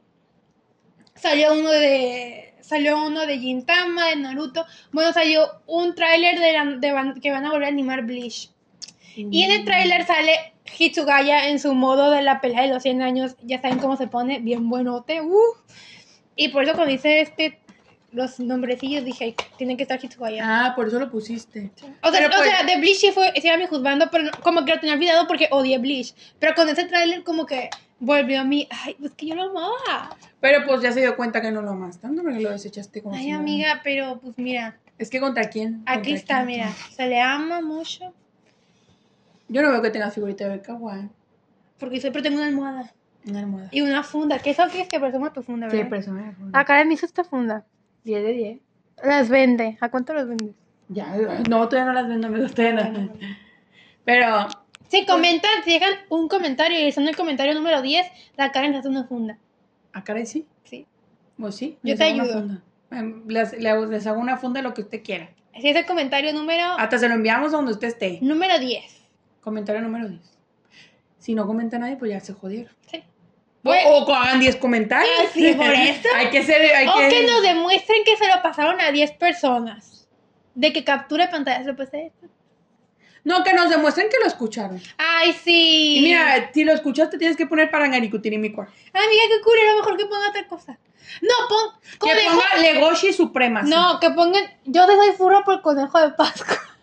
[SPEAKER 2] Salió uno de... Salió uno de Gintama, de Naruto. Bueno, salió un tráiler de, la- de van- que van a volver a animar Bleach. Y en el tráiler sale Hitsugaya en su modo de la pelea de los 100 años. Ya saben cómo se pone, bien buenote. ¡uh! Y por eso cuando dice este los nombrecillos dije, "Ay, tiene que estar Hitsugaya.
[SPEAKER 1] Ah, por eso lo pusiste.
[SPEAKER 2] o, sea,
[SPEAKER 1] pero
[SPEAKER 2] o
[SPEAKER 1] pues-
[SPEAKER 2] sea, de Bleach sí fue, sí era mi juzgando, pero no- como que lo tenía olvidado porque odié Bleach. Pero con ese tráiler como que volvió a mí, ay, pues que yo lo amaba.
[SPEAKER 1] Pero pues ya se dio cuenta que no lo amas tanto porque lo desechaste como si
[SPEAKER 2] Ay,
[SPEAKER 1] nada.
[SPEAKER 2] amiga, pero pues mira,
[SPEAKER 1] Es que contra quién.
[SPEAKER 2] aquí
[SPEAKER 1] ¿Contra
[SPEAKER 2] está,
[SPEAKER 1] quién?
[SPEAKER 2] mira, se le ama mucho.
[SPEAKER 1] Yo no veo que tenga figurita de kawaii.
[SPEAKER 2] Porque siempre tengo una almohada
[SPEAKER 1] Una almohada.
[SPEAKER 2] y Ah. una funda, que eso quieres que presuma tu funda,
[SPEAKER 1] ¿Qué
[SPEAKER 2] ¿verdad?
[SPEAKER 1] personaje?
[SPEAKER 2] Acá de mí es esta funda.
[SPEAKER 1] 10 de 10.
[SPEAKER 2] Las vende. ¿A cuánto las vende?
[SPEAKER 1] Ya, no, todavía no las vendo, me todavía no. Pero
[SPEAKER 2] Si comentan, si dejan un comentario y son el comentario número 10, la Karen se hace una funda.
[SPEAKER 1] ¿A Karen Ah, sí?
[SPEAKER 2] Sí.
[SPEAKER 1] Pues sí.
[SPEAKER 2] Yo
[SPEAKER 1] les
[SPEAKER 2] te
[SPEAKER 1] hago una
[SPEAKER 2] ayudo.
[SPEAKER 1] funda. Em, Les, le- les hago una funda de lo que usted quiera.
[SPEAKER 2] Si es el comentario número,
[SPEAKER 1] Hasta se lo enviamos a donde usted esté.
[SPEAKER 2] número 10.
[SPEAKER 1] Comentario número 10. Si no comenta nadie, pues ya se jodieron.
[SPEAKER 2] Sí.
[SPEAKER 1] O, o que hagan 10 comentarios.
[SPEAKER 2] Ah, sí, por eso.
[SPEAKER 1] hay que ser. Hay
[SPEAKER 2] O
[SPEAKER 1] que...
[SPEAKER 2] que nos demuestren que se lo pasaron a 10 personas. De que captura pantalla se lo pasé.
[SPEAKER 1] No, que nos demuestren que lo escucharon.
[SPEAKER 2] Ay, sí.
[SPEAKER 1] Y mira, si lo escuchaste, tienes que poner para Ngarikutinimicua.
[SPEAKER 2] Ay, mira, qué cool. A lo mejor que ponga otra cosa. No, pon.
[SPEAKER 1] Que
[SPEAKER 2] conejo-
[SPEAKER 1] ponga Legoshi Suprema. sí.
[SPEAKER 2] No, que pongan. Yo te soy furro por conejo de Pascua.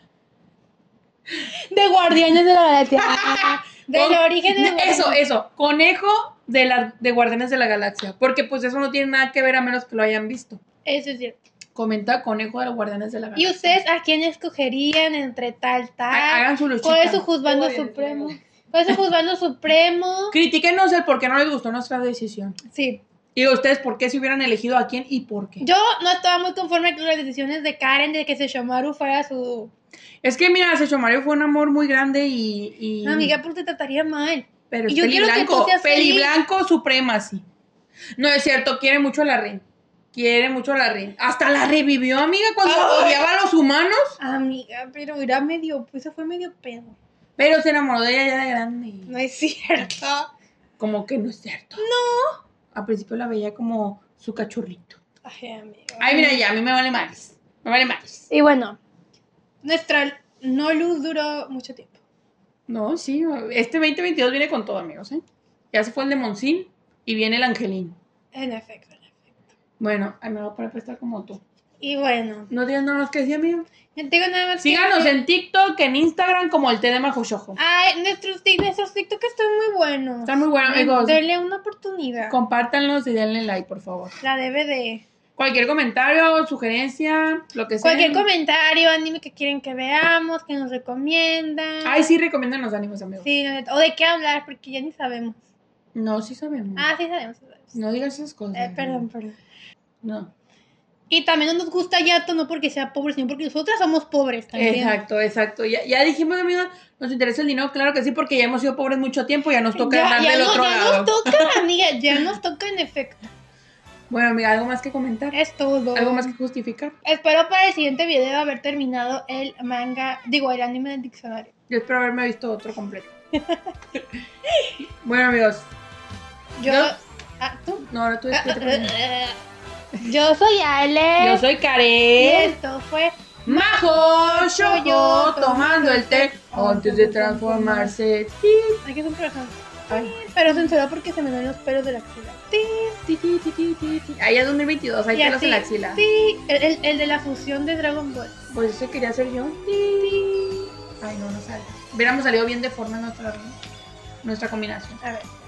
[SPEAKER 2] De Guardianes de la Galaxia. Ah, Del
[SPEAKER 1] Pon-
[SPEAKER 2] origen de
[SPEAKER 1] Eso, eso. Conejo de, la, de Guardianes de la Galaxia. Porque pues eso no tiene nada que ver a menos que lo hayan visto.
[SPEAKER 2] Eso es cierto.
[SPEAKER 1] Comenta Conejo de los Guardianes de la Galaxia.
[SPEAKER 2] ¿Y ustedes a quién escogerían entre tal,
[SPEAKER 1] Ha-
[SPEAKER 2] tal?
[SPEAKER 1] Hagan su luchita.
[SPEAKER 2] ¿Cuál es su juzgando
[SPEAKER 4] Guardianes de la
[SPEAKER 2] supremo? ¿Cuál es su juzgando supremo?
[SPEAKER 1] Critíquenos el por qué no les gustó nuestra decisión.
[SPEAKER 2] Sí.
[SPEAKER 1] Y ustedes por qué se hubieran elegido a quién y por qué.
[SPEAKER 2] Yo no estaba muy conforme con las decisiones de Karen de que Seshomaru fuera su...
[SPEAKER 1] Es que mira, Secho Mario fue un amor muy grande y... y-
[SPEAKER 2] No, amiga, porque te trataría mal.
[SPEAKER 1] pero es
[SPEAKER 2] yo quiero que tú
[SPEAKER 1] peliblanco.
[SPEAKER 2] seas feliz.
[SPEAKER 1] Peliblanco Suprema, sí. No es cierto, quiere mucho a la reina. Quiere mucho a la reina. Hasta la revivió, amiga, cuando odiaba a los humanos.
[SPEAKER 2] Amiga, pero era medio... Eso fue medio pedo.
[SPEAKER 1] Pero se enamoró de ella ya de grande.
[SPEAKER 2] No es cierto.
[SPEAKER 1] Como que no es cierto. No. Al principio la veía como su cachorrito.
[SPEAKER 2] Ay, amiga.
[SPEAKER 1] Ay, mira, ya, a mí me vale más. Me vale más.
[SPEAKER 2] Y bueno, nuestra no luz duró mucho tiempo.
[SPEAKER 1] No, sí. Este 2022 viene con todo, amigos, ¿eh? Ya se fue el de Monsin y viene el Angelín.
[SPEAKER 2] En efecto. en efecto.
[SPEAKER 1] Bueno, ay, me voy a poner a prestar como tú.
[SPEAKER 2] Y bueno,
[SPEAKER 1] No tienes nada más que decir, amigo.
[SPEAKER 2] yo tengo nada más que
[SPEAKER 1] Síganos
[SPEAKER 2] decir.
[SPEAKER 1] en TikTok, en Instagram, como el té de Majushojo.
[SPEAKER 2] Ay, nuestros, tic- nuestros TikTok están muy buenos.
[SPEAKER 1] Están muy buenos, amigos.
[SPEAKER 2] Denle una oportunidad.
[SPEAKER 1] Compártanlos y denle like, por favor.
[SPEAKER 2] La DVD.
[SPEAKER 1] Cualquier comentario, sugerencia, lo que sea.
[SPEAKER 2] Cualquier comentario, anime que quieren que veamos, que nos recomiendan.
[SPEAKER 1] Ay, sí, recomiendan los ánimos, amigos.
[SPEAKER 2] Sí, la neta. O de qué hablar, porque ya ni sabemos.
[SPEAKER 1] No, sí sabemos.
[SPEAKER 2] Ah, sí sabemos. sí sabemos.
[SPEAKER 1] No digas esas cosas.
[SPEAKER 2] Eh, perdón, perdón.
[SPEAKER 1] No.
[SPEAKER 2] Y también no nos gusta Yato, no porque sea pobre, sino porque nosotras somos pobres también.
[SPEAKER 1] Exacto, exacto. Ya, ya dijimos, amiga, nos interesa el dinero, claro que sí, porque ya hemos sido pobres mucho tiempo, ya nos toca
[SPEAKER 2] Ya-
[SPEAKER 1] hablar
[SPEAKER 2] ya
[SPEAKER 1] del
[SPEAKER 2] no-
[SPEAKER 1] otro
[SPEAKER 2] ya
[SPEAKER 1] lado.
[SPEAKER 2] nos toca, amiga, ya nos toca en efecto.
[SPEAKER 1] Bueno, amiga, ¿algo más que comentar?
[SPEAKER 2] Es todo.
[SPEAKER 1] ¿Algo más que justificar?
[SPEAKER 2] Espero para el siguiente video haber terminado el manga, digo, el anime del diccionario.
[SPEAKER 1] Yo espero haberme visto otro completo. bueno, amigos,
[SPEAKER 2] Yo.
[SPEAKER 1] Yo-
[SPEAKER 2] Ah, ¿tú?
[SPEAKER 1] no, ahora tú despídete por mí.
[SPEAKER 2] Yo soy Ale.
[SPEAKER 1] Yo soy
[SPEAKER 2] Y
[SPEAKER 1] Karen.
[SPEAKER 2] esto fue.
[SPEAKER 1] Majo, yo, yo, tomando el té antes de transformarse.
[SPEAKER 2] Aquí es un programa.
[SPEAKER 1] Ay.
[SPEAKER 2] Pero censuró porque se me ven los pelos de la axila. Sí,
[SPEAKER 1] Ti, ti, ti, ti, ti, ti. Ahí es 2022, ahí
[SPEAKER 2] Y
[SPEAKER 1] te lo
[SPEAKER 2] así,
[SPEAKER 1] en la axila.
[SPEAKER 2] Sí, el, el- el de la fusión de Dragon Ball.
[SPEAKER 1] Pues eso quería hacer yo. Ay, no, no sale. Hubiéramos salido bien de forma nuestra, nuestra combinación.
[SPEAKER 2] A ver.